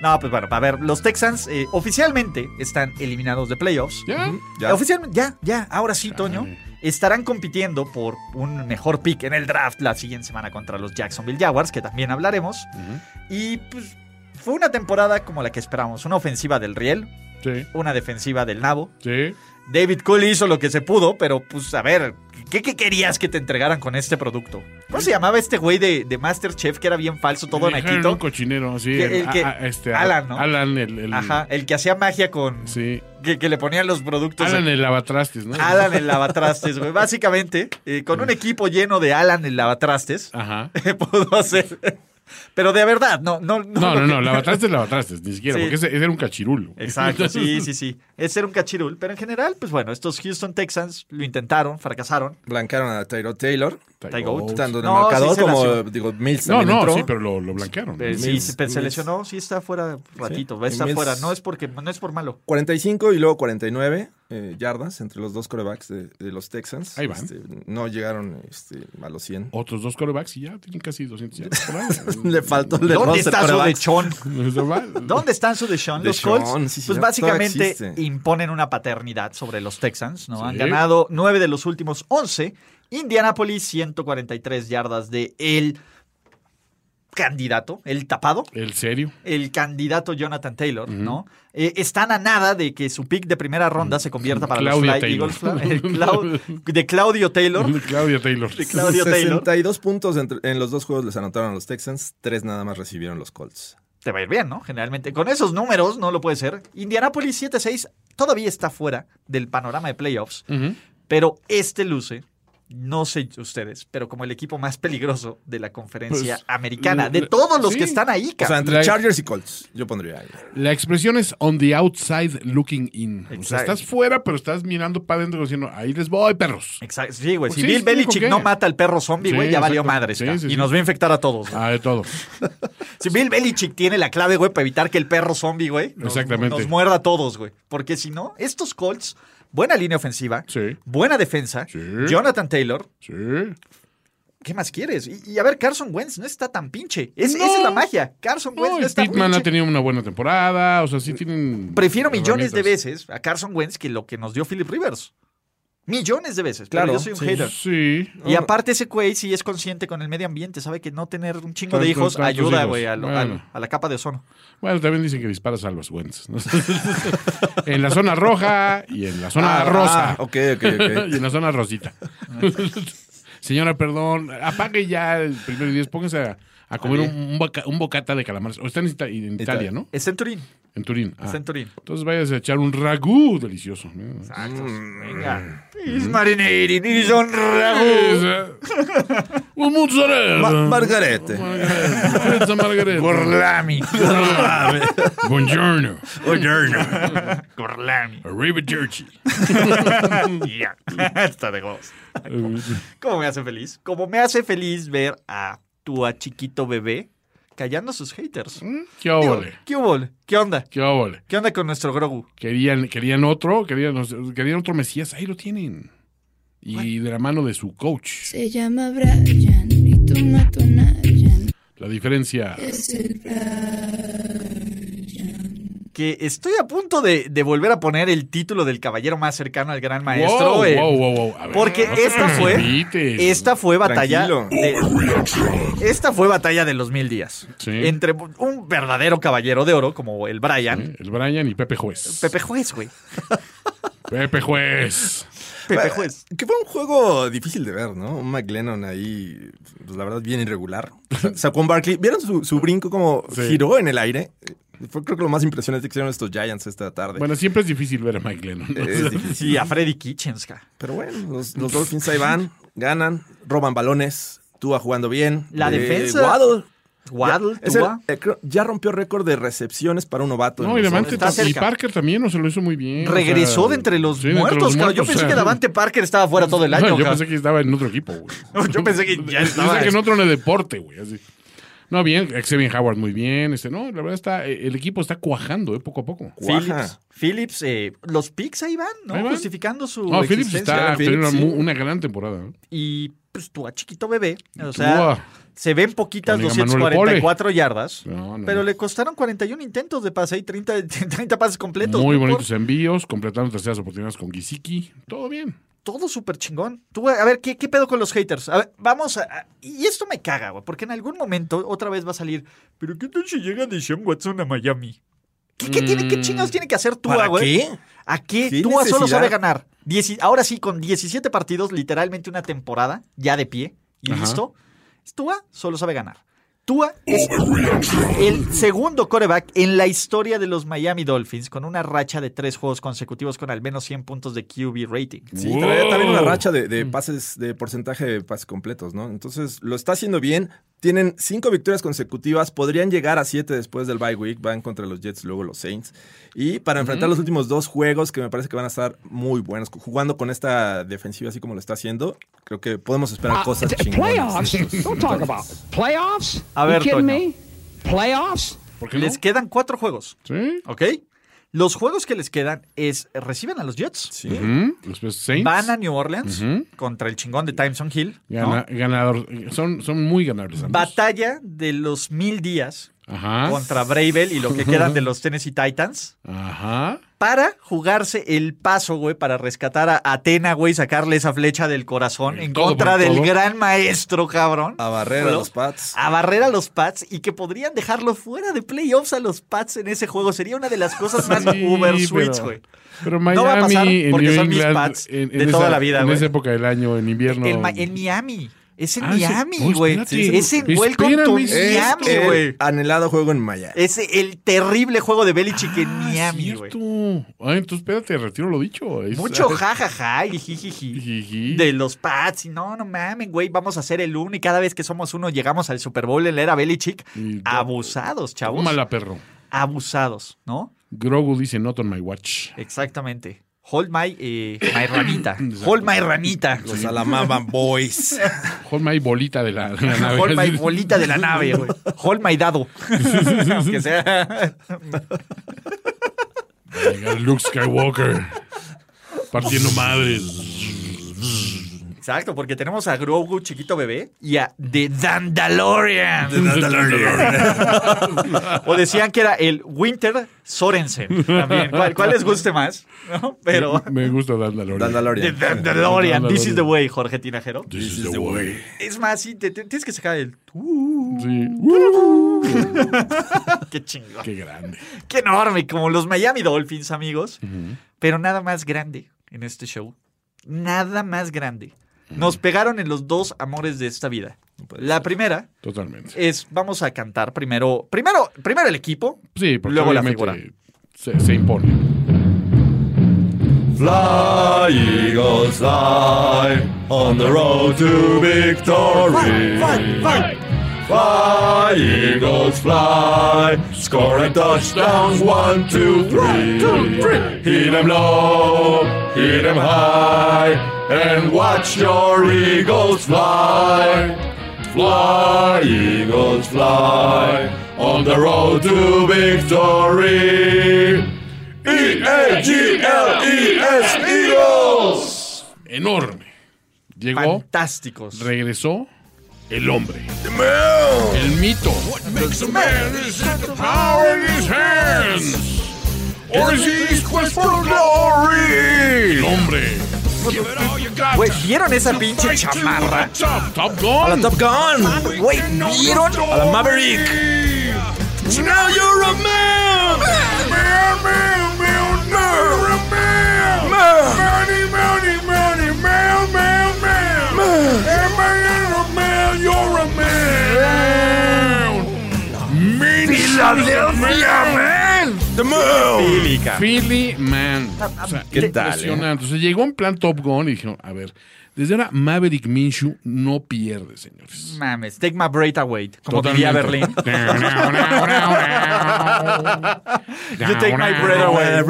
No, pues bueno, a ver, los Texans eh, oficialmente están eliminados de playoffs.
¿Ya?
Ya.
Oficialmente, ya, ya, ahora sí, Toño. Estarán compitiendo por un mejor pick en el draft la siguiente semana contra los Jacksonville Jaguars, que también hablaremos. Y pues fue una temporada como la que esperamos. Una ofensiva del Riel,
Sí,
una defensiva del Nabo.
sí.
David Cooley hizo lo que se pudo, pero pues a ver, ¿qué, qué querías que te entregaran con este producto? ¿Cómo se llamaba este güey de, de Masterchef que era bien falso, todo
Dejaron
naquito?
Un cochinero, sí.
Que-
el-
el que-
a- a- este,
Alan, ¿no?
Alan, el. el-
Ajá, el que hacía magia con...
Sí.
Que, que le ponían los productos.
Alan, el lavatrastes, ¿no?
Alan el lavatrastes, güey. Básicamente, eh, con un equipo lleno de Alan el lavatrastes,
Ajá.
pudo hacer. Pero de verdad, no, no, no.
No,
lo
no,
que-
no, lavatrastes, lavatrastes, ni siquiera,
Sí.
porque ese, ese era un cachirulo.
Exacto, sí, sí, sí. Es ser un cachirul. Pero en general, pues bueno, estos Houston Texans lo intentaron, fracasaron.
Blancaron a Tyrod Taylor. Oh,
Tiger Woods.
Tanto en el
No,
marcador
sí se
como,
lació.
digo, Mills
No,
también
no,
entró.
sí, pero lo, lo blanquearon.
Pero sí,
Mills,
se, pero se
Mills.
lesionó, sí está fuera ratito, va a
Sí.
estar
Mills.
fuera. No es porque, no es por malo.
45 y luego 49 eh, yardas entre los dos corebacks de, de los Texans.
Ahí van.
Este, no llegaron este, a los 100.
Oh.
Otros dos corebacks y ya tienen casi 200 yardas por año.
Le faltó el de
¿Dónde
Roster
está su
corebacks.
dechón?
Eso va.
¿Dónde están su Deshaun? Los
Deshaun,
Colts,
sí, sí,
pues
ya, todavía
básicamente
existe.
imponen una paternidad sobre los Texans, ¿no? Han
Sí.
ganado nueve de los últimos once. Indianapolis, 143 yardas de el candidato, el tapado,
¿El serio?
el candidato Jonathan Taylor, ¿no? Eh, están a nada de que su pick de primera
Mm.
ronda se convierta para
Claudio
los Fly
Taylor.
Eagles. Fly- el Clau- de Claudio Taylor.
Claudia Taylor.
De Claudio Taylor.
62 puntos entre- en los dos juegos les anotaron a los Texans, tres nada más recibieron los Colts.
te va a ir bien, ¿no? Generalmente. Con esos números no lo puede ser. Indianapolis 7-6 todavía está fuera del panorama de playoffs,
Ujú.
pero este luce, no sé ustedes, pero como el equipo más peligroso de la conferencia
Pues,
americana,
l-
de todos los
sí.
que están ahí,
O sea,
cabrón.
entre
La-
Chargers y Colts, yo pondría ahí.
La expresión es on the outside looking in. O sea,
Exacto.
estás fuera, pero estás mirando para adentro diciendo, ahí les voy, perros.
Exacto. Sí, güey.
Pues
Si
sí,
Bill
sí,
Belichick
¿con qué?
no mata al perro zombie,
Sí,
güey, ya valió
exacto.
madres.
Sí,
cabrón.
sí,
y
sí.
nos va a infectar a todos. güey.
Ah, de todo.
Si Bill Belichick tiene la clave, güey, para evitar que el perro zombie, güey, nos,
Exactamente.
nos muerda a todos, güey. Porque si no, estos Colts, buena línea ofensiva,
Sí.
buena defensa,
Sí.
Jonathan Taylor,
Sí.
¿Qué más quieres? Y, y a ver, Carson Wentz no está tan pinche. Es, Esa es la magia. Carson Wentz no,
No, y
Pues, está
Pittman
pinche.
ha tenido una buena temporada. O sea, sí tienen.
Prefiero millones de
herramientas.
veces a Carson Wentz que lo que nos dio Philip Rivers. Millones de veces. Claro.
Claro,
yo soy un
sí.
hater.
Sí.
Y aparte ese güey sí es consciente con el medio ambiente, sabe que no tener un chingo de
Tantos,
hijos
tantos
ayuda,
hijos.
güey, a, lo-
Bueno.
a- a la capa de ozono.
Bueno, también dicen que disparas a los Wentz. ¿no? en la zona roja y en la zona rosa.
Ah, ok, ok,
y
ok.
en la zona rosita. Señora, perdón, apague ya el primer 10, póngase a, a comer un, un boca- un bocata de calamares. O está en, Ita- en Italia, ¿no?
Es en Turín,
En Turín. Ah.
es en Turín.
Entonces vayas a echar un ragú delicioso. Mm.
Venga. It's marinating, it's on ragu.
Es, eh, Un mozzarella.
Ma- Margarete.
Margarita. Esa margarita.
Gorlami.
Buongiorno.
Gorlami.
Arrivederci.
Ya. Está de gozo. ¿Cómo me hace feliz? Como me hace feliz ver a tu a chiquito bebé callando a sus haters.
¿Qué
Digo,
óvole?
¿Qué hubo? ¿Qué onda?
¿Qué óvole?
¿Qué onda con nuestro Grogu?
Querían, querían otro, querían, querían otro Mesías. Ahí lo tienen. Y de la mano de su coach.
Se llama Brian y tú no tú Nayan.
La diferencia.
Es el
que estoy a punto de, de volver a poner el título del caballero más cercano al gran maestro.
Wow,
eh,
wow, wow, wow. A ver,
Porque
no te
esta fue
precipites. Oh,
esta fue batalla
Tranquilo.
de, esta fue batalla de los mil días
Sí.
entre un verdadero caballero de oro como el Brian,
eh, El Brian y Pepe Juez.
Pepe Juez, güey,
Pepe Juez.
Pepe Juez.
Que fue un juego difícil de ver, ¿no? Un McLennan ahí, pues la verdad, bien irregular. Sa- Saquon Barkley, ¿vieron su, su brinco como
Sí.
giró en el aire? Fue creo que lo más impresionante que hicieron estos Giants esta tarde.
Bueno, siempre es difícil ver a Mike Lennon. ¿no?
Es difícil.
Sí, a Freddy Kitchens, ca.
Pero bueno, los, los Dolphins ahí van, ganan, roban balones, Tua jugando bien.
La
Eh,
defensa.
Waddle.
Waddle,
Ya, es el-
Tua.
eh, creo- ya rompió récord de recepciones para un novato. en
No, y
los
Davante
Está
tam- y
cerca.
Parker también no se lo hizo muy bien. o
Regresó
sea,
de entre los
sí, de entre
muertos,
los
claro. Yo
muertos,
pensé
o sea,
que Davante Parker estaba fuera todo el año.
no, yo
ca.
pensé que estaba en otro equipo, güey.
Yo pensé que ya estaba.
Yo pensé que en otro deporte, güey. así. No, bien, Xavier Howard muy bien. Este, no, la verdad está, eh, el equipo está cuajando, eh, poco a poco.
Guaja.
Phillips, Phillips, eh, los picks ahí van, ¿no?
Ahí van.
Justificando su
No, Phillips
existencia.
está
Phillips,
teniendo una,
sí.
mu- una gran temporada. ¿eh? ¿no?
Y pues tú a chiquito bebé. O sea,
Tua.
se ven poquitas
Oiga, Manuel
244 yardas.
No, no,
pero
no.
le costaron 41 intentos de pase y 30, 30 pases completos.
Muy
¿no? Por-
bonitos envíos, completaron terceras oportunidades con Gisiki. Todo bien.
Todo súper chingón. Tú, a ver, ¿qué, qué pedo con los haters? A ver, vamos a, a- Y esto me caga, güey, porque en algún momento otra vez va a salir. ¿Pero qué tal si llega Deshaun Watson a Miami? ¿Qué, qué tiene,
Mm.
qué chingados tiene que hacer tú,
¿Para
güey?
qué?
¿A qué?
¿Qué
Tua solo
necesidad?
sabe ganar. Dieci- ahora sí, con 17 partidos, literalmente una temporada, ya de pie y
Ajá.
listo. Tua solo sabe ganar. Tua es el segundo coreback en la historia de los Miami Dolphins con una racha de tres juegos consecutivos con al menos 100 puntos de QB rating.
Sí,
Wow. Mm.
trae también una racha de, de pases, de porcentaje de pases completos, ¿no? Entonces, lo está haciendo bien. Tienen cinco victorias consecutivas. Podrían llegar a siete después del bye week. Van contra los Jets, luego los Saints. Y para enfrentar los últimos dos juegos, que me parece que van a estar muy buenos, jugando con esta defensiva así como lo está haciendo, creo que podemos
Ah,
esperar cosas
eh,
chingonas. de estos Dolphins.
Playoffs?
A ver, Toño,
Playoffs?
¿Por qué no?
les quedan cuatro juegos,
Sí.
¿ok? Los juegos que les quedan es reciben a los Jets,
Sí.
Ujú. Después ¿Mm? Saints.
van a New Orleans contra el chingón de Timeson Hill, ¿no?
Gana- ganador- son, son muy ganadores. ambos.
batalla de los mil días
Ajá.
contra Bravel y lo que quedan de los Tennessee Titans
Ajá.
para jugarse el paso, güey, para rescatar a Atena, güey, sacarle esa flecha del corazón
El
en
todo
contra
por
del
todo.
gran maestro, cabrón.
A barrer a los Pats.
Ah,
A barrer a los Pats y que podrían dejarlo fuera de playoffs a los Pats en ese juego. Sería una de las cosas más
Sí,
uber
pero-
sweets, güey.
Pero Miami,
No va a pasar
en
porque
New
son mis
England,
Pats
en- en
de toda
esa-
la vida,
En
güey.
esa época del año, en invierno.
El ma- En Miami. Es en
Ah, sí.
Miami,
Oh,
güey.
espérate.
es en Welcome to
Espérame, sí. Eh,
Es
Miami,
el
güey.
anhelado juego en Miami.
Es el terrible juego de Belichick en
Ah,
Miami, güey.
cierto. Ay, entonces espérate, retiro lo dicho. Es-
Mucho jajaja y jijiji.
Jiji.
De los Pats, y no, no mames, güey, vamos a ser el uno y cada vez que somos uno llegamos al Super Bowl en la era Belichick.
Y-
Abusados, chavos.
Mala perro.
Abusados, ¿no?
Grogu dice not on my watch.
Exactamente. Hold my, eh, my ranita. Hold my ranita.
Los Alabama Boys.
Hold my bolita de la, de la nave.
Hold my bolita de la nave, güey. Hold my dado. Aunque sea.
Va a llegar Luke Skywalker. Partiendo madres.
Exacto, porque tenemos a Grogu chiquito bebé y a The Dandalorian.
The Dandalorian.
o decían que era el Winter Sorensen también. ¿Cuál, cuál les guste más? ¿No? Pero
Me gusta Dandalorian.
The
Dandalorian.
Dandalorian, this is the way, Jorge Tinajero.
This is the way.
Es más, sí, te- te- tienes que sacar el... uh,
Sí.
¡Qué chingón!
Qué grande.
¡Qué enorme! Como los Miami Dolphins, amigos. Pero nada más grande en este show. Nada más grande. Nos pegaron en los dos amores de esta vida. La primera
Totalmente.
es, vamos a cantar primero, primero, primero el equipo,
Sí, porque
luego la
obviamente
figura.
Se, se impone.
Fly, Eagles, fly on the road to victory. Fly, Eagles, fly, scoring touchdowns, one, two, three. Hit 'em low, hit 'em high, and watch your Eagles fly. Fly, Eagles, fly on the road to victory.
E
E-A-G-L-E-S, Eagles!
Enorme. Llegó,
Fantásticos.
regresó el hombre. El mito. El hombre.
Güey, ¿vieron esa pinche chamarra?
Top Gun.
Top Gun!
Güey, ¿vieron?
A la Maverick. Now you're a man. Man, man, man, you're a man. Man, man, man, man, man, man. And man, you're a man, you're a man. Philadelphia man. The moon.
Philly Man. O sea,
¿Qué tal,
impresionante.
eh?
O sea, llegó en plan Top Gun y dijeron, a ver, desde ahora Maverick Minshew no pierde, señores.
Mames, take my breath away, como diría Berlín.
Totalmente.
You take my breath away.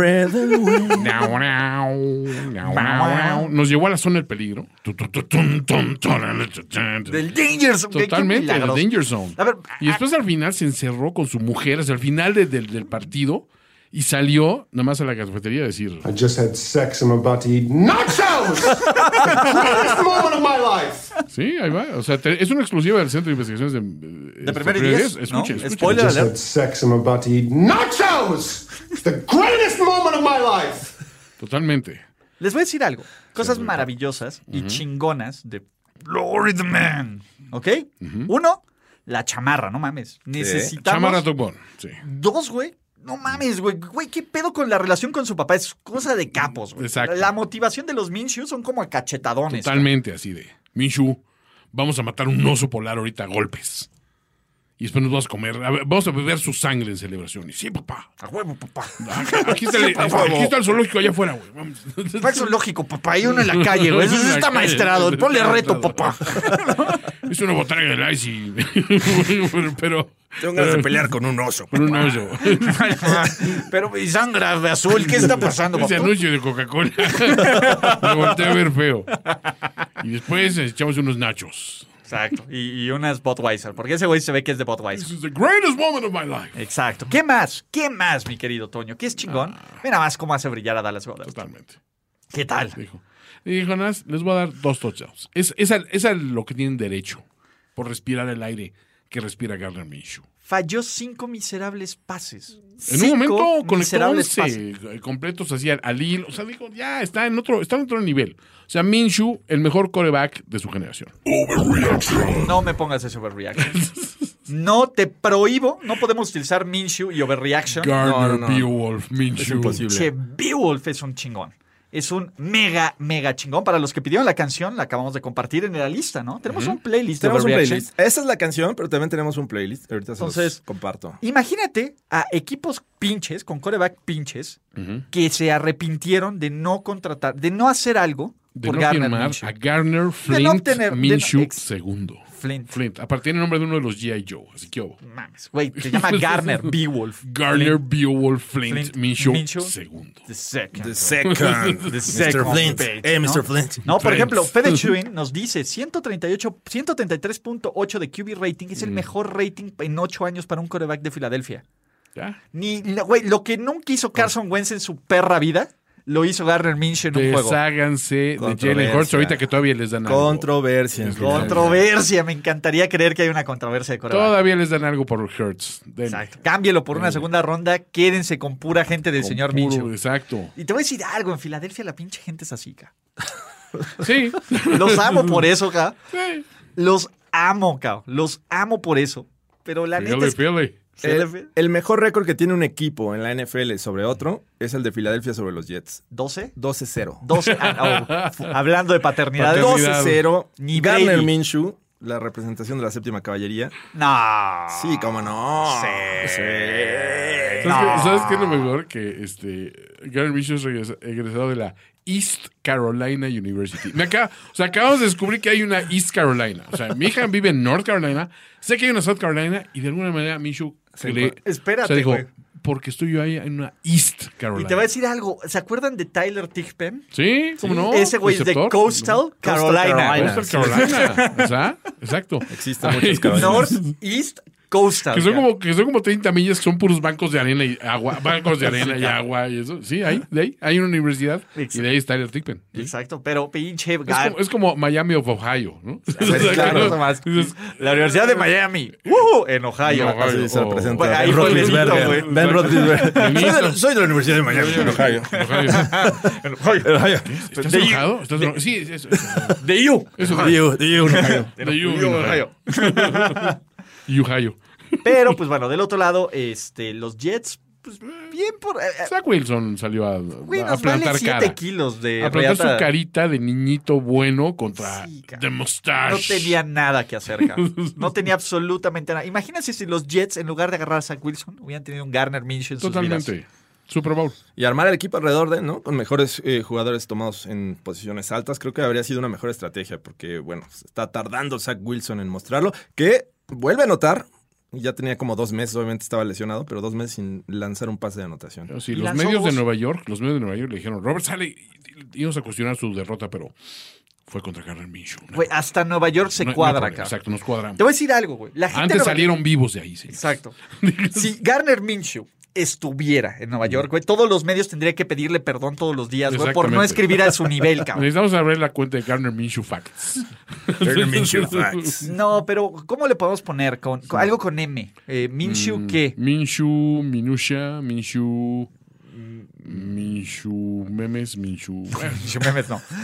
Nos llevó a la zona del peligro.
Del Danger Zone. qué- qué
Totalmente, el
milagros.
Danger Zone.
A ver,
y después al final se encerró con su mujer hacia el final de- del- del partido y salió nada más a la cafetería a decir...
I just had sex. I'm about to eat nachos. Greatest moment of my life.
Sí, ahí va. O sea, te- es una exclusiva del Centro de Investigaciones de, de
Primero y Diez, ¿no?
Escuchen, escuchen.
Spoiler
Just
alert.
had sex. I'm about to eat nachos. It's the greatest moment of my life.
Totalmente.
Les voy a decir algo. Cosas maravillosas y chingonas de Glory the Man. ¿Ok? Uno, la chamarra, no mames. Necesitamos
Chamarra Topón. Sí,
dos, güey. No mames, güey. Güey, ¿qué pedo con la relación con su papá? Es cosa de capos, güey.
Exacto.
La motivación de los Minshew son como a cachetadones.
totalmente así de. Minshu, vamos a matar un oso polar ahorita a golpes. Y después nos vamos a comer, a ver, vamos a beber su sangre en celebración. Y sí, papá.
A huevo, papá.
Aquí está, el, aquí está el zoológico allá afuera, güey. Vamos.
Eso es lógico, papá. Hay uno en la calle, güey. Eso sí está maestrado. Ponle reto, papá.
Es una botarga del ice y... Pero...
Tengo ganas de pelear con un oso.
Con un oso.
Pero y sangra de azul. ¿Qué está pasando,
Ese
papá?
anuncio de Coca-Cola. Me volteé a ver feo. Y después echamos unos nachos.
Exacto. Y, y unas Budweiser, porque ese güey se ve que es de
This
Budweiser.
is the greatest moment of my life.
Exacto. ¿Qué más? ¿Qué más, mi querido Toño? ¿Qué es chingón? Mira más cómo hace brillar a Dallas Goddard.
Totalmente.
¿Qué tal?
Dijo. Y dijo, nada, más, les voy a dar dos touchdowns. Es, es, a, es a lo que tienen derecho por respirar el aire que respira Gardner Minshew.
Falló cinco miserables pases.
En un momento conectó 11 completos así al, al hilo. O sea, dijo, ya, está en otro, está en otro nivel. O sea, Minshew, el mejor coreback de su generación.
No me pongas ese overreaction. No te prohíbo, no podemos utilizar Minshew y overreaction.
Gardner,
no.
Beowulf, Minshew.
Es imposible.
Che, Beowulf es un chingón. Es un mega, mega chingón. Para los que pidieron la canción, la acabamos de compartir en la lista, ¿no? Tenemos un playlist. de
Tenemos un
Overreaction.
playlist. Esa es la canción, pero también tenemos un playlist. Ahorita se
Entonces-
los comparto.
Imagínate a equipos pinches, con coreback pinches, que se arrepintieron de no contratar, de no hacer algo
De
por
no
Gardner
firmar
Minshew.
a Garner Flint
obtener- de no-
Minshew
ex-
segundo.
Flint.
Flint. Aparte tiene el nombre de uno de los G.I. Joe. Así que hubo.
Mames, güey, se llama Garner Beowulf.
Garner, Beowulf, Flint,
Flint,
Minshew,
Minshew.
segundo.
The second.
The second. Eh,
The second page, ¿no? No, por
Flint.
ejemplo, Fede Chuin nos dice 138, 133.8 de QB rating es el mejor rating en 8 años para un coreback de Filadelfia.
¿Ya? Ah.
Ni, no, güey, lo que nunca hizo Carson Wentz en su perra vida, lo hizo Garner Minch en un juego.
Desháganse de Jalen Hurts ahorita que todavía les dan algo.
Controversia.
Controversia. Me encantaría creer que hay una controversia de coreback.
Todavía les dan algo por Hurts. Denle.
Exacto. Cámbielo por una segunda ronda. Quédense con pura gente del
Con
señor
puro-
Minshew.
Exacto.
Y te voy a decir algo. En Filadelfia la pinche gente es así, ca.
Sí.
Los amo por eso, ca.
Sí.
Los amo, ca. Los amo por eso. Pero la neta
Philly,
es...
Philly.
El, el mejor récord que tiene un equipo en la NFL sobre otro es el de Filadelfia sobre los Jets.
¿12?
12-0.
12. ah, oh, hablando de paternidades.
12-0.
Ni
Garner
Brady.
Minshew, la representación de la séptima caballería.
No.
Sí, cómo no.
Sí.
Sí.
¿Sabes, qué, sabes qué es lo mejor? Que este, Gary Mitchell es regresa- egresado de la East Carolina University. Me acaba- o sea, acabamos de descubrir que hay una East Carolina. O sea, mi hija vive en North Carolina, sé que hay una South Carolina y de alguna manera Minshew se le.
Espérate,
o sea, dijo,
güey.
porque estoy yo ahí en una East
Y
Carolina.
te voy a decir algo. ¿Se acuerdan de Tyler Thigpen?
Sí, ¿cómo no?
Ese güey es de
Receptor.
Coastal Carolina.
Carolina.
Coastal Carolina. O sea, exacto.
Existen muchas Carolinas.
North East Coastal.
Que son, como, que son como 30 millas, que son puros bancos de arena y agua, bancos de arena y agua y eso. Sí, ahí, de ahí, hay una universidad y de ahí está el Tickpen. Es
Exacto, pero pinche gar-
como, es como Miami of Ohio, ¿no?
Pues, Ah, claro, eso más.
Dices,
La Universidad de Miami. Uh, en Ohio.
No, Ohio.
Sí, se
Oh.
representa.
Bueno, ahí
Ben
fue Benito,
Roethlisberger.
güey.
Ben Roethlisberger.
Benito.
Soy de la- Soy de la Universidad de Miami. Ohio.
Ohio.
En Ohio.
Ohio.
¿Estás
De-
enojado? ¿Estás enojado? Sí, es eso.
De you.
Eso,
De you- de you, Ohio.
De you, Ohio. Y Ohio.
Pero, pues bueno, del otro lado, este, los Jets, pues bien por. eh, eh,
Zach Wilson salió a,
güey,
a
nos vale
plantar
7
cara.
kilos de
A plantar
reata.
su carita de niñito bueno contra
Sí, cara.
The Mustache.
No tenía nada que hacer, cabrón. No tenía absolutamente nada. Imagínense si los Jets, en lugar de agarrar a Zach Wilson, hubieran tenido un Garner Minshew en sus vidas.
Totalmente. Super Bowl.
Y armar el equipo alrededor de, él, ¿no? Con mejores eh, jugadores tomados en posiciones altas, creo que habría sido una mejor estrategia, porque, bueno, se está tardando Zach Wilson en mostrarlo, que vuelve a anotar. y Ya tenía como dos meses, obviamente estaba lesionado, pero dos meses sin lanzar un pase de anotación.
Pero sí,
Y
los
lanzó
medios de
dos.
Nueva York, los medios de Nueva York le dijeron, Robert sale, y- y- íbamos a cuestionar su derrota, pero fue contra Garner Minshew. No,
Güey, hasta Nueva York se
no hay- no hay
cuadra,
problema.
cabrón.
Exacto, nos cuadramos.
Te voy a decir algo, güey. La gente
Antes
nueva-
salieron vivos de ahí, sí.
Exacto. si Garner Minshew estuviera en Nueva York, güey, todos los medios tendrían que pedirle perdón todos los días, güey, por no
Exactamente.
escribir a su nivel, cabrón.
Necesitamos abrir la cuenta de Garner Minshew Facts.
Garner Minshew Facts.
No, pero ¿cómo le podemos poner? Con, con algo con M. Eh, Minshew,
Mm.
¿qué?
Minshew, Minusha, Minshew... Minshew memes, Minshew...
Minshew Memes, no.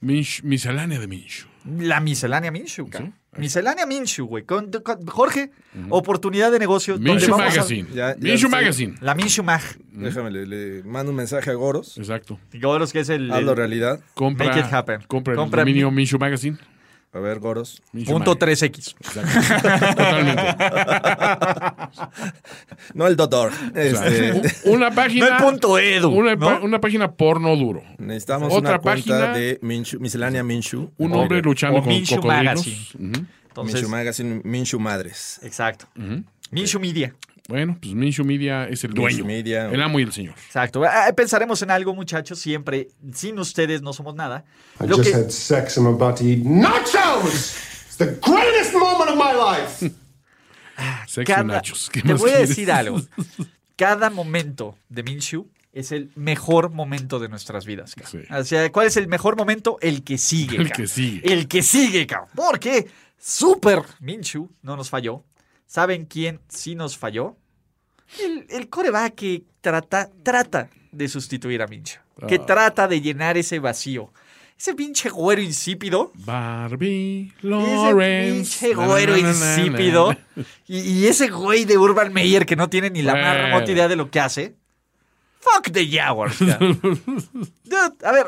Minsh- miscelánea de Minshew.
La miscelánea Minshew, cabrón.
Sí.
Miscelánea Minshew, güey. Con- con- Jorge, oportunidad de negocio. donde
Minshew
vamos a-
Magazine.
Ya- ya sé.
Minshew Magazine.
La Minshew Mag.
Déjame, le, le mando un mensaje a Goros.
Exacto.
Digo, los que es el,
Hazlo
el
realidad.
Compra,
Make it happen.
compra el
Compra
dominio Minshew Magazine.
A ver, Goros.
Minshew
punto
Magazine.
3X.
Exacto. Totalmente.
No el Dodor.
O sea,
Este,
u- una
No
página.
el punto Edu.
una,
¿no?
pa- una página porno duro.
necesitamos
Otra
una
página.
cuenta de Minshew- miscelánea Minshew.
Un hombre luchando
o
con
Minshew
cocodrilos.
Magazine.
Ujú.
Entonces,
Minshew Magazine, Minshew Madres.
Exacto. Minshew Media.
Bueno, pues Minshew Media es el
Minshew
dueño.
Media.
El amo y el señor.
Exacto. Ah, Pensaremos en algo, muchachos, siempre. Sin ustedes no somos nada.
I
Lo
just
que-
had sex. I'm about to eat nachos. It's the greatest moment of my life.
Sexo
cada-
y nachos. ¿Qué
te
más
voy a
quieres?
decir algo. Cada momento de Minshew es el mejor momento de nuestras vidas. cabrón.
Sí.
O sea, ¿cuál es el mejor momento? El que sigue.
El
cabrón.
que sigue.
El que sigue, cabrón. Porque Super Minshew no nos falló. ¿Saben quién sí nos falló? El, el coreback que trata, trata de sustituir a Minshew. Que
Ah.
trata de llenar ese vacío. Ese pinche güero insípido.
Barbie
Ese
Lawrence.
pinche güero
Na, na, na, na,
insípido.
na.
Y, y ese güey de Urban Meyer que no tiene ni la más
Bueno.
remota idea de lo que hace. Fuck the Jaguars. cara. Dude, a ver,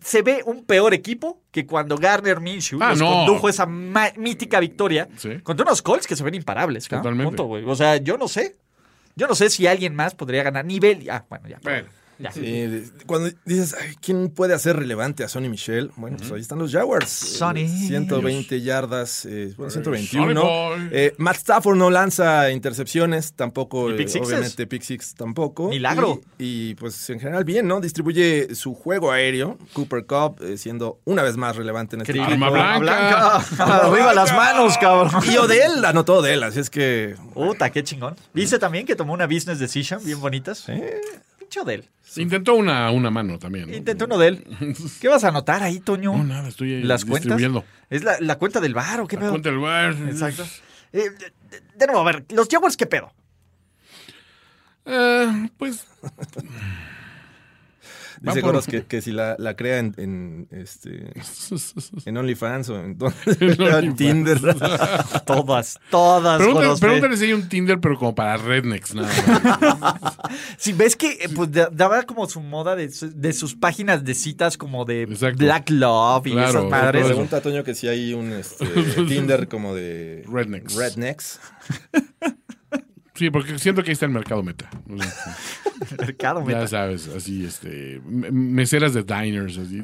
se ve un peor equipo que cuando Garner Minshew
Ah,
nos
no.
condujo esa ma- mítica victoria
Sí.
contra unos Colts que se ven imparables. cara.
Totalmente.
Punto, güey. O sea, yo no sé. Yo no sé si alguien más podría ganar nivel. Ah, bueno, ya.
Bueno.
Ya.
Sí, de- Eh, cuando dices, "Ay, ¿quién puede hacer relevante a Sonny Michel? Bueno, pues ahí están los Jaguars. Eh,
Sonny.
120 yardas, eh, bueno, 121.
Sonny boy.
Eh, Matt Stafford no lanza intercepciones, tampoco,
¿Y
eh,
pick sixes?
obviamente Pick Six tampoco.
Milagro.
Y, y, pues en general bien, ¿no? Distribuye su juego aéreo, Cooper Cup, eh, siendo una vez más relevante en este equipo.
Arma blanca.
Arriba las manos, cabrón.
Y Odell anotó Odell, así es que
Puta, qué chingón. Dice también que tomó una business decision bien bonitas. mucho de él.
Intentó una, una mano también. ¿no?
Intentó uno de él. ¿Qué vas a anotar ahí, Toño?
No, nada, estoy ahí
¿Las cuentas?
distribuyendo.
¿Es la, la cuenta del bar o qué
La
pedo?
cuenta del bar.
Exacto. Eh, de, de nuevo, a ver, ¿los Jaguars qué pedo?
Eh, pues
Dice
por-
Goros que, que si la, la crea en, en, este, en OnlyFans o en, en Tinder.
Todas, todas.
Pregúntale-
Goros,
pregúntale si hay un Tinder, pero como para rednecks, nada más.
Si ves que eh, pues, da- daba como su moda de, su- de sus páginas de citas como de Black Love y
Claro,
esas
Me
madres.
pregunta Toño que si hay un este, Tinder como de
Rednecks.
rednecks.
Sí, porque siento que ahí está el mercado meta. O sea,
Mercado
ya
Meta.
sabes, así, este, me- meseras de diners. Así.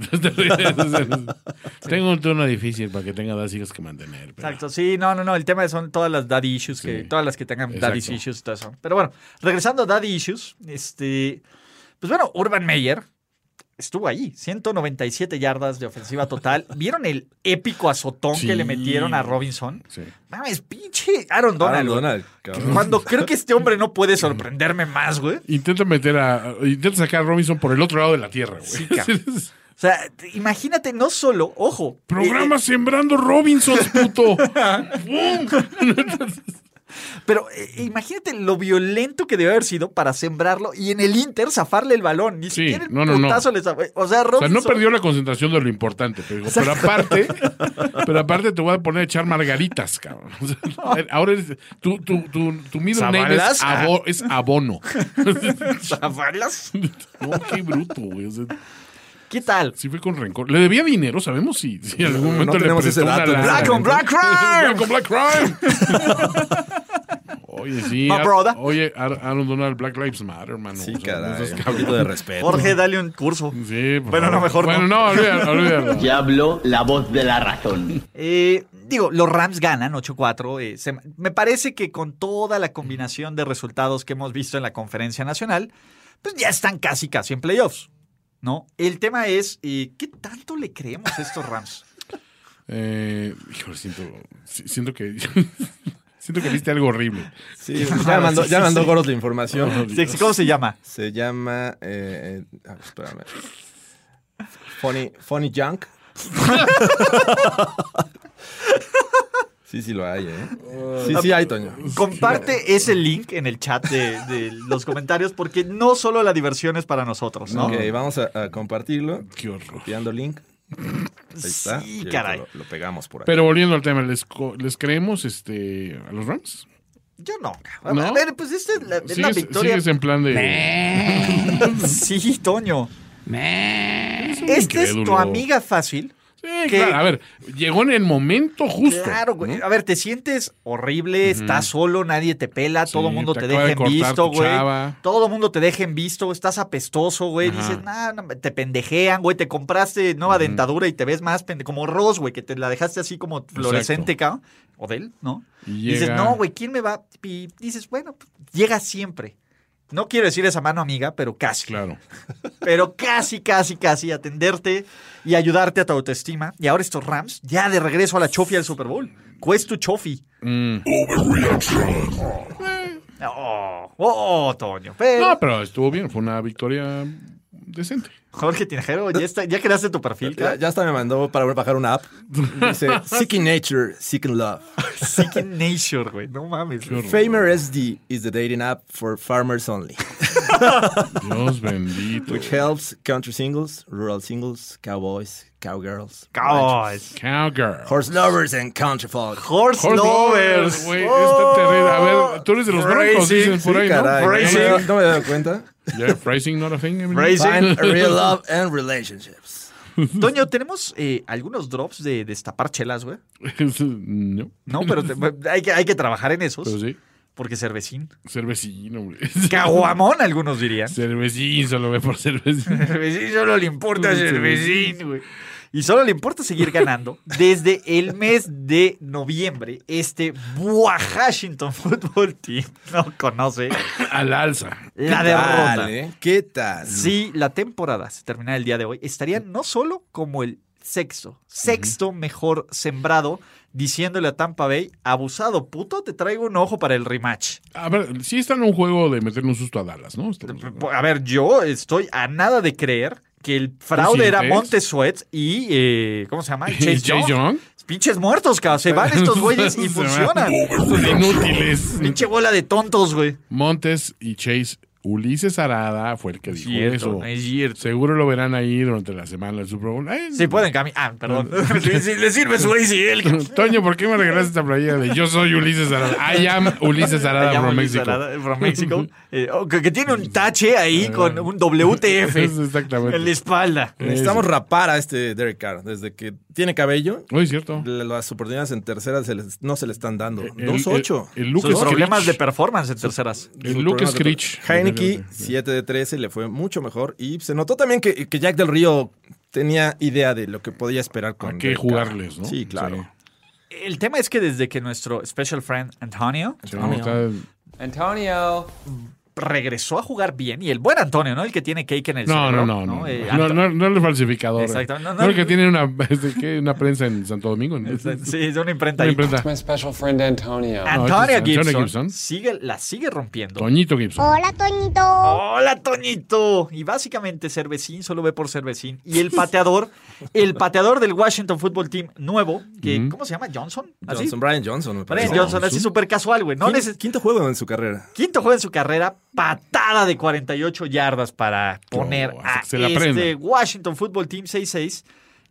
Tengo un turno difícil para que tenga dos hijos que mantener. pero-
Exacto, sí, no, no, no. El tema son todas las daddy issues, que,
Sí.
todas las que tengan
Exacto.
daddy issues y todo eso. Pero bueno, regresando a daddy issues, este, pues bueno, Urban Meyer estuvo ahí, 197 yardas de ofensiva total. ¿Vieron el épico azotón
Sí.
que le metieron a Robinson?
Sí.
Mames, pinche Aaron Donald.
Aaron
güey.
Ah, Donald, cabrón.
Cuando creo que este hombre no puede sorprenderme más, güey.
Intenta meter a. Intenta sacar a Robinson por el otro lado de la tierra, güey.
Sí, cabrón. O sea, te- imagínate, no solo, ojo.
Programa Sembrando Robinson, puto.
eh, eh, pero eh, imagínate lo violento que debe haber sido para sembrarlo y en el Inter zafarle el balón. Ni
Sí,
siquiera el
no, no, no.
putazo le zafó. O sea,
O sea,
Robinson.
no perdió la concentración de lo importante, pero, digo, pero aparte, pero aparte te voy a poner a echar margaritas, cabrón. O sea, ahora eres, tu, tu, tu, tu middle name es,
¿Zabalas? Ah.
abo- es abono.
¿Zafarlas?
No, qué bruto, güey. O sea,
¿Qué tal?
sí fue con rencor. ¿Le debía dinero? ¿Sabemos si, si en algún
No, no
momento le
tenemos
prestó
ese
una
dato.
lana?
Black on Black Crime.
Black on Black Crime. Oye, sí.
My
Ar-
brother.
Oye, Ar- Aaron Donald, Black Lives Matter, mano.
Sí,
O sea,
caray.
esos
Un
cabrones.
poquito de respeto.
Jorge, dale un curso.
Sí,
Bueno,
por favor.
no, mejor no.
Bueno, no, olvídalo, olvídalo.
Ya habló la voz de la razón.
Eh, digo, los Rams ganan 8-4. eh, se- me parece que con toda la combinación de resultados que hemos visto en la conferencia nacional, pues ya están casi, casi en playoffs. ¿No? El tema es, eh, ¿qué tanto le creemos a estos Rams?
Eh, híjole, siento, si- siento que siento que viste algo horrible.
Sí, ya mandó, ya mandó Goros la información.
Sí, sí, ¿Cómo se llama?
Se llama. eh, eh, ah, espérame. Funny, funny Junk. Sí, sí lo hay, ¿eh?
Uh,
Sí, sí hay, Toño.
Comparte ese link en el chat de, de los comentarios porque no solo la diversión es para nosotros, ¿no?
Ok, vamos a, a compartirlo.
Qué horror.
Copiando link. Ahí está.
Sí,
Y ahorita
caray.
Lo, lo pegamos por ahí.
Pero volviendo al tema, ¿les, co- les creemos este a los Rams?
Yo no. A
¿No?
ver, pues esta es la, es la
¿Sigues,
victoria.
sigues en plan de
Sí, Toño. Esta es tu
incrédulo.
amiga fácil.
Sí,
que-
claro, a ver, llegó en el momento justo.
Claro, güey. A ver, te sientes horrible, estás solo, nadie te pela, todo el mundo
te
te,
acaba
deja
de
en
cortar
visto,
tu
güey.
chava.
Todo el mundo te deja en visto, estás apestoso, güey.
Ajá.
Dices, nah, no, te pendejean, güey. Te compraste nueva dentadura y te ves más pende como Ross, güey, que te la dejaste así como fluorescente, cabrón. O de él, ¿no?
Y
Dices,
llega-
no, güey, ¿quién me va? Y dices, bueno, pues, llega siempre. No quiero decir esa mano amiga, pero casi.
Claro.
Pero casi, casi, casi atenderte y ayudarte a tu autoestima. Y ahora estos Rams, ya de regreso a la chofi del Super Bowl. Cuesta tu chofi.
Mm.
Mm. Oh, oh, oh, Toño. Pero
No, pero estuvo bien, fue una victoria decente.
Jorge Tinajero, ya, está, ya creaste tu perfil.
Ya, ya hasta me mandó para bajar una app. Dice Seeking Nature, Seeking Love.
Seeking Nature, güey. No mames. güey.
Famer SD is the dating app for farmers only,
Dios bendito.
which helps country singles, rural singles, cowboys, cowgirls,
Cowboys.
Cowgirl.
horse lovers, and country folk.
Horse,
Horse
Lovers.
Güey,
Oh,
está terrible. A ver, tú eres de los blancos,
Phrasing,
dicen por
Sí,
ahí,
caray,
¿no?
no me-
Phrasing.
No me he dado cuenta.
Yeah, phrasing not a thing. I mean.
Phrasing.
Find a real love and relationships.
Toño, tenemos eh, algunos drops de destapar chelas, güey.
no,
No, pero te- hay, que, hay que trabajar en esos.
pero
Pues,
sí.
Porque cervecín.
Cervecino, güey.
Caguamón, algunos dirían.
Cervecín, solo ve por cervecín.
Cervecín solo le importa cervecín, güey. Y solo le importa seguir ganando desde el mes de noviembre. Este Washington Football Team no conoce
Al alza.
la derrota.
Dale, ¿Qué tal?
Si la temporada se terminara el día de hoy, estaría no solo como el sexto. Sexto mejor sembrado, diciéndole a Tampa Bay, abusado, puto, te traigo un ojo para el rematch.
A ver, sí está en un juego de meterle un susto a Dallas, ¿no?
A ver, yo estoy a nada de creer que el fraude era
sientes?
Monte Sweat y, eh, ¿cómo se llama?
¿Y Chase Young?
Pinches muertos, cabrón. Se van estos güeyes y
Se van.
funcionan.
Son inútiles.
Pinche bola de tontos, güey.
Montes y Chase. Ulises Arada fue el que dijo
Cierto,
eso. Seguro lo verán ahí durante la semana del Super Bowl. Ay,
Sí, pueden caminar. Ah, perdón. Sí, sí, le sirve su ACL.
Toño, ¿por qué me regalaste esta playera de Yo soy Ulises Arada? I am Ulises Arada
Me llamo
from
Luis
Mexico.
Arada, from Mexico. Eh, oh, que, que tiene un tache ahí
Ah.
con un WTF
Exactamente.
en la espalda.
Necesitamos rapar a este Derek Carr. Desde que tiene cabello,
Muy cierto.
le- las oportunidades en tercera se les- no se le están dando.
el-
2-8.
el- el Luke
Sus
Screech.
problemas de performance en terceras.
El Luke Screech.
Heineke, 7 de 13, le fue mucho mejor. Y se notó también que, que Jack del Río tenía idea de lo que podía esperar con.
¿A qué
Derek Carr.
jugarles, no?
Sí, claro.
El tema es que desde que nuestro special friend Antonio
Sí, no, está-
Antonio.
regresó a jugar bien, y el buen Antonio, ¿no? El que tiene cake en el
No,
cerebro,
no, no, no.
Eh,
No, no, no el falsificador.
Exacto. No,
No,
no,
el que
no.
tiene una, este, ¿qué? una prensa en Santo Domingo. ¿no?
Anto- Sí, es una imprenta
Una
ahí.
imprenta.
My special friend Antonio.
este es
Antonio
Antonio
Gibson,
Gibson.
Sigue, la sigue rompiendo.
Toñito Gibson.
Hola, Toñito.
Hola, Toñito. Y básicamente Cervecín solo ve por Cervecín. Y el pateador, el pateador del Washington Football Team nuevo, que,
Ujú.
¿cómo se llama? ¿Johnson? ¿Así?
Johnson, Brian Johnson. me
¿Ah, Brian
parece.
Johnson, así súper casual, güey. No
Quinto-
neces-
Quinto juego en su carrera.
Quinto juego en su carrera, patada de 48 yardas para poner
hasta
a
que se la
este
prenda.
Washington Football Team 6-6.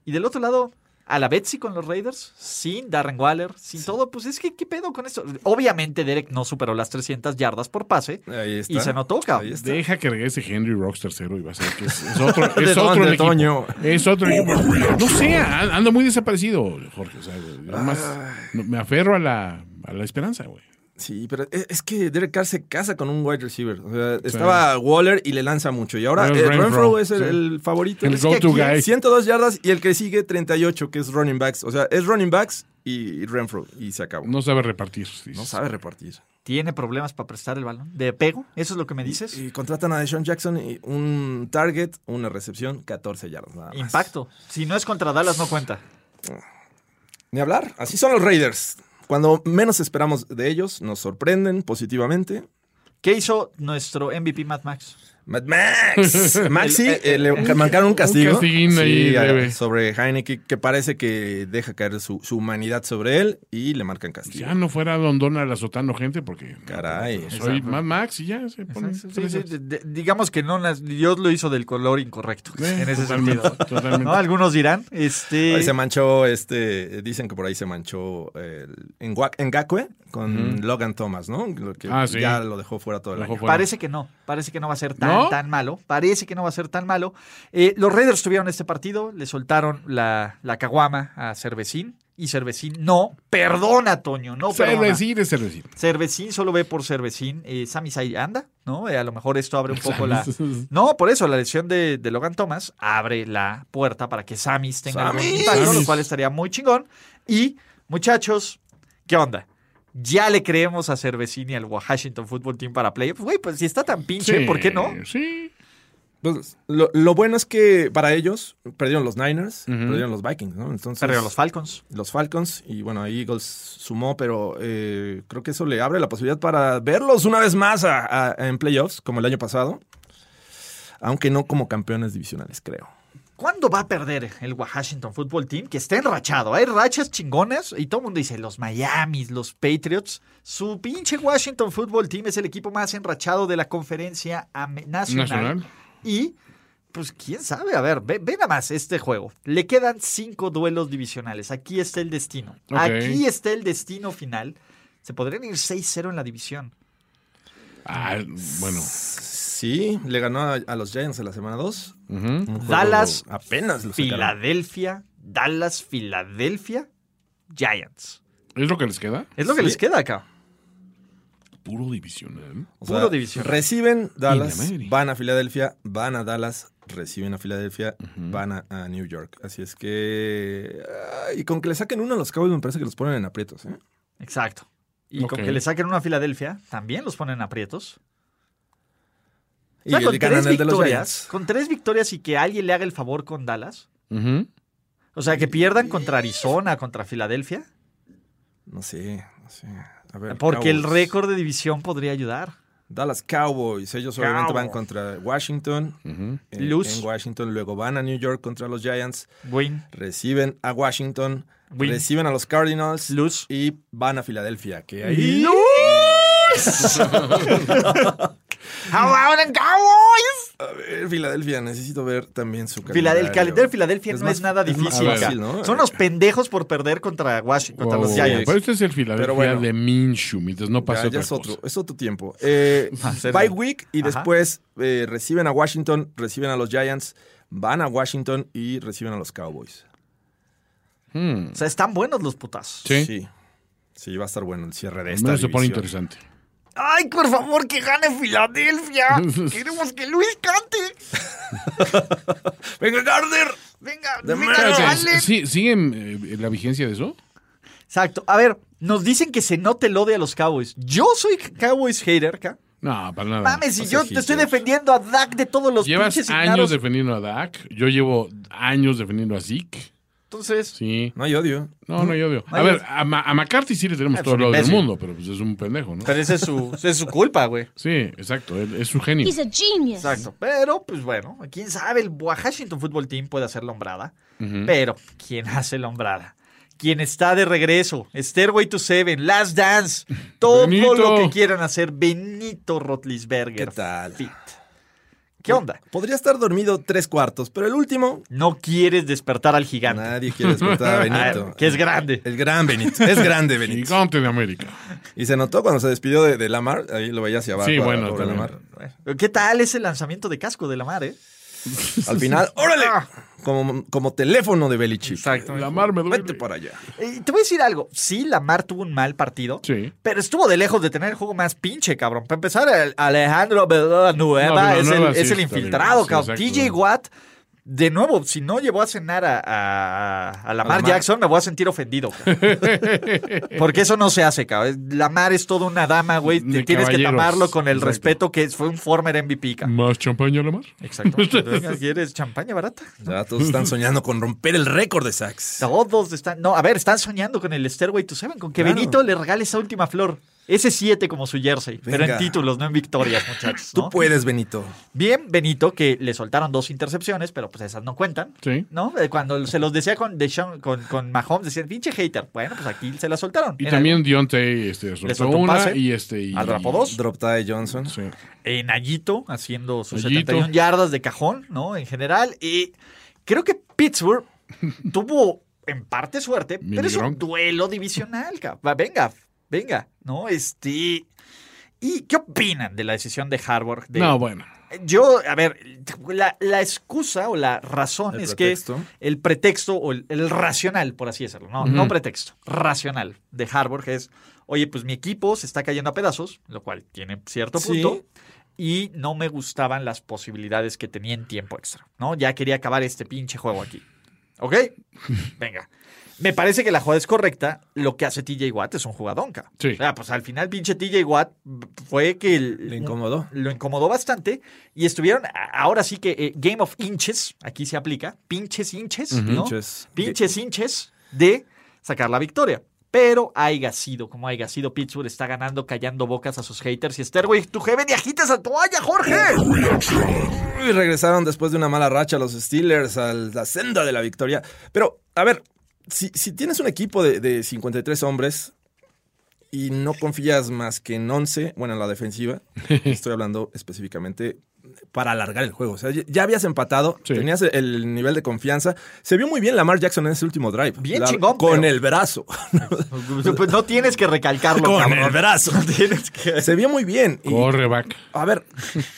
Y del otro lado, a la Betsy con los Raiders, sin Darren Waller, sin todo. Pues es que, ¿qué pedo con esto? Obviamente, Derek no superó las 300 yardas por pase.
Ahí está.
Y se notó, cabrón.
Deja que regrese Henry Rocks tercero y va a ser que es, es otro,
De
es
Don-
otro
de
equipo.
Toño.
Es otro equipo. No sé, a- anda muy desaparecido, Jorge. o sea, güey, yo nomás no- me aferro a la, a la esperanza, güey.
Sí, pero es, es que Derek Carr se casa con un wide receiver. O sea, estaba Waller y le lanza mucho. Y ahora
Ahora
eh,
es
Renfro,
Renfro,
es el,
sí.
el favorito.
El
Es que
go-to
aquí
guy.
102 yardas y el que sigue 38, que es running backs. O sea, es running backs y Renfro. Y se acabó.
No sabe repartir. sí.
No sabe repartir.
Tiene problemas para prestar el balón. ¿De pego? ¿Eso es lo que me dices?
Y contratan a Deshaun Jackson y un target, una recepción, 14 yardas. nada más.
Impacto. Si no es contra Dallas, no cuenta.
Ni hablar. Así son los Raiders. Cuando menos esperamos de ellos, nos sorprenden positivamente.
¿Qué hizo nuestro MVP Mad Max?
Mad Max. Maxi
El- el-
eh, le marcaron un castigo.
un castiguín ahí
a-
leve.
sobre Heineken, que parece que deja caer su, su humanidad sobre él y le marcan castigo.
"Pues Ya no fuera Dondona al azotando gente porque
Caray.
soy más Max y ya se pone.
Sí, sí, sí, de- digamos que no, las- Dios lo hizo del color incorrecto.
Eh,
en ese
totalmente,
sentido.
totalmente.
¿No? Algunos dirán. Este...
Ahí se manchó, este, dicen que por ahí se manchó el- en, Gua- en Gakwe con
Ujú.
Logan Thomas, ¿no? Lo que
Ah, sí.
Ya lo dejó fuera todo el
Lo dejó
año.
fuera.
Parece que no, parece que no va a ser tan,
¿No?
tan malo, parece que no va a ser tan malo. Eh, los Raiders tuvieron este partido, le soltaron la, la caguama a Cervecín y Cervecín no, perdona Toño, no perdona.
Cervecín es cervecín.
Cervecín solo ve por Cervecín. Eh, Sami Zayn anda, ¿no? Eh, a lo mejor esto abre un poco la. No, por eso la lesión de, de Logan Thomas abre la puerta para que Samis tenga algún
Samis.
impacto, lo
Samis.
cual estaría muy chingón. Y, muchachos, ¿qué onda? Ya le creemos a Cervecín y al Washington Football Team para playoffs. Güey, pues si está tan pinche,
Sí,
¿por qué no?
Sí.
Entonces, lo, lo bueno es que para ellos perdieron los Niners,
Ujú.
perdieron los Vikings, ¿no? Entonces,
Perdieron los Falcons.
los Falcons y bueno, ahí Eagles sumó, pero eh, creo que eso le abre la posibilidad para verlos una vez más a- a- en playoffs, como el año pasado, aunque no como campeones divisionales, creo.
¿Cuándo va a perder el Washington Football Team? Que está enrachado. Hay rachas chingonas y todo el mundo dice los Miamis, los Patriots. Su pinche Washington Football Team es el equipo más enrachado de la conferencia ame- nacional.
Nacional.
Y, pues, quién sabe. A ver, ve, ve nada más este juego. Le quedan cinco duelos divisionales. Aquí está el destino.
Ok.
Aquí está el destino final. Se podrían ir 6-0 en la división.
Ah, bueno.
Sí, le ganó a, a los Giants en la semana 2.
Dallas,
apenas lo sacaron.
Filadelfia, Dallas, Filadelfia, Giants.
¿Es lo que les queda?
Es lo que
Sí.
les queda acá.
Puro divisional.
O
puro división.
Reciben Dallas,
Y la madre.
van a Filadelfia, van a Dallas, reciben a Filadelfia, van a, a New York. Así es que. ah, y con que le saquen uno a los Cowboys, me parece que los ponen en aprietos. ¿eh?
Exacto. Y con
Ok.
que le saquen una a Filadelfia, también los ponen aprietos.
Y
O sea, con
ganan
tres
el de los
victorias,
Giants.
con tres victorias y que alguien le haga el favor con Dallas, O sea, que pierdan contra Arizona, contra Filadelfia.
No sé, no sé. A ver,
Porque el
Cowboys.
récord de división podría ayudar.
Dallas Cowboys, ellos obviamente van
Cowboys.
contra Washington. Eh, en,
Luz.
en Washington, luego van a New York contra los Giants.
Win.
Reciben a Washington.
Win.
Reciben a los Cardinals.
Luz.
Y van a Filadelfia, que ahí...
How about them Cowboys?
A ver, Filadelfia, necesito ver también su
Filade-
calendario.
el calendario de Filadelfia no
más-
es nada
más
difícil.
fácil,
cara.
¿no?
Son unos pendejos por perder contra Washington, contra los
Wow.
Giants.
Pero este es el Filadelfia
Pero bueno.
de Minshew, mientras no
Ya,
pasa
ya
otra
es,
cosa.
otro, es otro tiempo. Eh,
Va a ser-
bye week y
Ajá.
después eh, reciben a Washington, reciben a los Giants, van a Washington y reciben a los Cowboys.
Hmm.
O sea, están buenos los putazos.
Sí.
Sí, Sí, va a estar bueno el cierre de
Al
esta
menos se pone
división.
interesante.
Ay, por favor, que gane Filadelfia. Queremos que Luis cante.
¡Venga, Gardner!
Venga,
De
venga,
Pero,
Espérate,
dale.
¿sí- ¿Siguen eh, la vigencia de eso?
Exacto. A ver, nos dicen que se note el odio a los Cowboys. Yo soy Cowboys hater, ¿ca?
No, para nada.
Mames, si
no
yo
seas
te estoy
hater.
defendiendo a Dak de todos los
Llevas
pinches
años
ignaros.
defendiendo a Dak. Yo llevo años defendiendo a Zeke.
Entonces,
Sí.
No hay odio.
No, no, yo digo. A
Ay,
ver,
es-
a, Ma- a McCarthy sí le tenemos
Es
todo
un
el lado del
imbécil.
mundo, pero pues es un pendejo, ¿no?
pero esa es su, esa es su culpa, güey.
Sí, exacto. él es su genio.
He's a genius.
Exacto. Pero, pues bueno, quién sabe, el Washington Football Team puede hacer la hombrada.
Ujú.
Pero, ¿quién hace la hombrada? Quien está de regreso, Stairway to Seven, Last Dance, todo
Benito.
lo que quieran hacer, Benito Rotlisberger.
¿Qué tal?
Fit. ¿Qué onda?
Podría estar dormido tres cuartos, pero el último...
No quieres despertar al gigante.
Nadie quiere despertar a Benito.
Ah, que es grande.
El gran Benito. Es grande Benito.
Gigante de América.
Y se notó cuando se despidió de, de Lamar. Ahí lo veía hacia abajo.
Sí,
a-
bueno,
pobre
también.
Lamar.
¿Qué tal ese lanzamiento de casco de la mar, eh?
Al final, ¡órale!
Ah.
Como, como teléfono de Belichick.
Exacto.
La mar me duele.
Vete para allá.
Eh, te voy a decir algo. Sí, Lamar tuvo un mal partido.
Sí.
Pero estuvo de lejos de tener el juego más pinche, cabrón. Para empezar, el Alejandro Villanueva
No,
es, el,
Villanueva
es
sí
el
está bien,
infiltrado,
sí,
cabrón.
exacto.
TJ Watt, de nuevo, si no llevó a cenar a, a- a Lamar
Lamar.
Jackson, me voy a sentir ofendido, cabrón. Porque eso no se hace, cabrón. Lamar es toda una dama, güey.
De
Te tienes que
caballeros.
tomarlo con el
Exacto.
respeto que fue un former MVP, cabrón.
¿Más champaña, Lamar?
Exacto. ¿Quieres champaña barata?
Ya todos están soñando con romper el récord de sacks.
Todos están. No, a ver, están soñando con el Stairway to Seven, con que
Claro.
Benito le regale esa última flor. Ese 7 como su jersey, pero
Venga.
en títulos, no en victorias, muchachos.
Tú
¿no?
puedes, Benito.
Bien, Benito, que le soltaron dos intercepciones, pero pues esas no cuentan.
Sí.
¿No? Eh, Cuando se los decía con, Deshaun- con, con Mahomes, decían, pinche hater. Bueno, pues aquí se la soltaron.
Y
En
también Dionte este, soltó
soltó un
una
pase
y este. Y,
Al Rapo dos.
Drop Ty Johnson.
Sí.
en Ayito haciendo sus
Ayito.
71 yardas de cajón, ¿no? En general. Y creo que Pittsburgh tuvo en parte suerte,
Mini
pero es un
Gronk.
duelo divisional, cabrón. Venga, venga, ¿no? Este. ¿Y qué opinan de la decisión de Harvard? de-
No, bueno.
Yo, a ver, la, la excusa o la razón
El
es
pretexto.
que el pretexto o el, el racional, por así decirlo, no, no pretexto, racional de Harvard es, oye, pues mi equipo se está cayendo a pedazos, lo cual tiene cierto
Sí.
punto, y no me gustaban las posibilidades que tenía en tiempo extra, ¿no? Ya quería acabar este pinche juego aquí. ¿Ok? Venga. Me parece que la jugada es correcta. Lo que hace TJ Watt es un jugadonca.
Sí.
O sea, pues al final, pinche TJ Watt fue que. el-
Le incomodó.
Lo incomodó bastante. Y estuvieron. a- Ahora sí que eh, Game of Inches, aquí se aplica. Pinches hinches, ¿no?
Pinches.
Pinches hinches de sacar la victoria. Pero haya sido, como haya sido, Pittsburgh está ganando, callando bocas a sus haters. Y Stairway, tu jefe, y agitas a toalla, Jorge.
Y regresaron después de una mala racha los Steelers a la senda de la victoria. Pero, a ver, si, si tienes un equipo de, de 53 hombres y no confías más que en 11, bueno, en la defensiva, estoy hablando específicamente para alargar el juego. O sea, ya- ya habías empatado,
Sí.
tenías el- el nivel de confianza. Se vio muy bien Lamar Jackson en ese último drive.
Bien
La-
chingón,
Con
pero-
el brazo.
Pues no tienes que recalcarlo.
con
cabrón.
el brazo.
Tienes que.
Se vio muy bien. Y-
Corre, back.
a ver,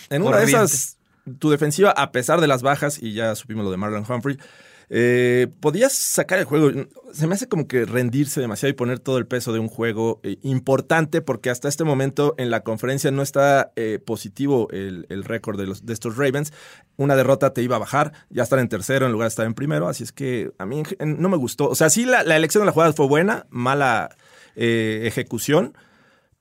en una de
Corriente.
esas, tu defensiva, a pesar de las bajas, y ya supimos lo de Marlon Humphrey, eh, podías sacar el juego. Se me hace como que rendirse demasiado y poner todo el peso de un juego eh, importante, porque hasta este momento en la conferencia no está eh, positivo el, el récord de, los- de estos Ravens. Una derrota te iba a bajar, ya estar en tercero en lugar de estar en primero, así es que a mí en ge- en- no me gustó. O sea, sí, la, la elección de la jugada fue buena, mala eh, ejecución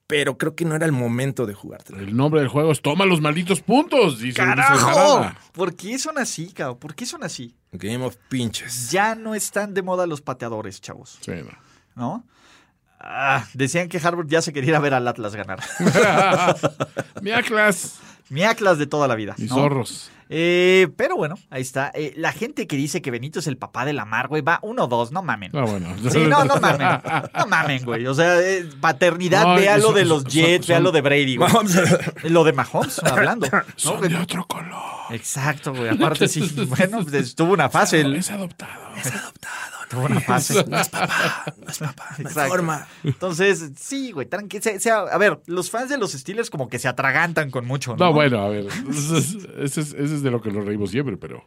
pero creo que no era el momento de jugártela.
El nombre del juego es Toma los malditos puntos, dice dice
¡Carajo!
Jarana.
¿Por qué son así, cabrón? ¿Por qué son así?
Game of Pinches.
Ya no están de moda los pateadores, chavos.
Sí, no.
¿No? Ah, decían que Harvard ya se quería ir a ver al Atlas ganar.
Mi Atlas.
Mi Atlas de toda la vida.
Y
¿no?
zorros.
Eh, pero bueno, ahí está. Eh, la gente que dice que Benito es el papá de Lamar, güey, va uno o dos, no mamen.
Ah, bueno.
Sí, no, no mamen. No mamen, güey. O sea, eh, paternidad,
No,
vea lo
son-
de los
son-
Jets,
son-
vea lo de Brady, güey. Lo de Mahomes, hablando. ¿no?
Son de otro color.
Exacto, güey. Aparte, sí, bueno, pues, tuvo una fase. el-
Es adoptado.
tuvo una fase.
No es papá, no es papá, no es
Exacto.
forma.
Entonces, sí, güey, tranqui. se- se- a ver, los fans de los Steelers como que se atragantan con mucho, ¿no?
No, bueno, a ver. Ese es, ese es- ese es de lo que nos reímos siempre, pero.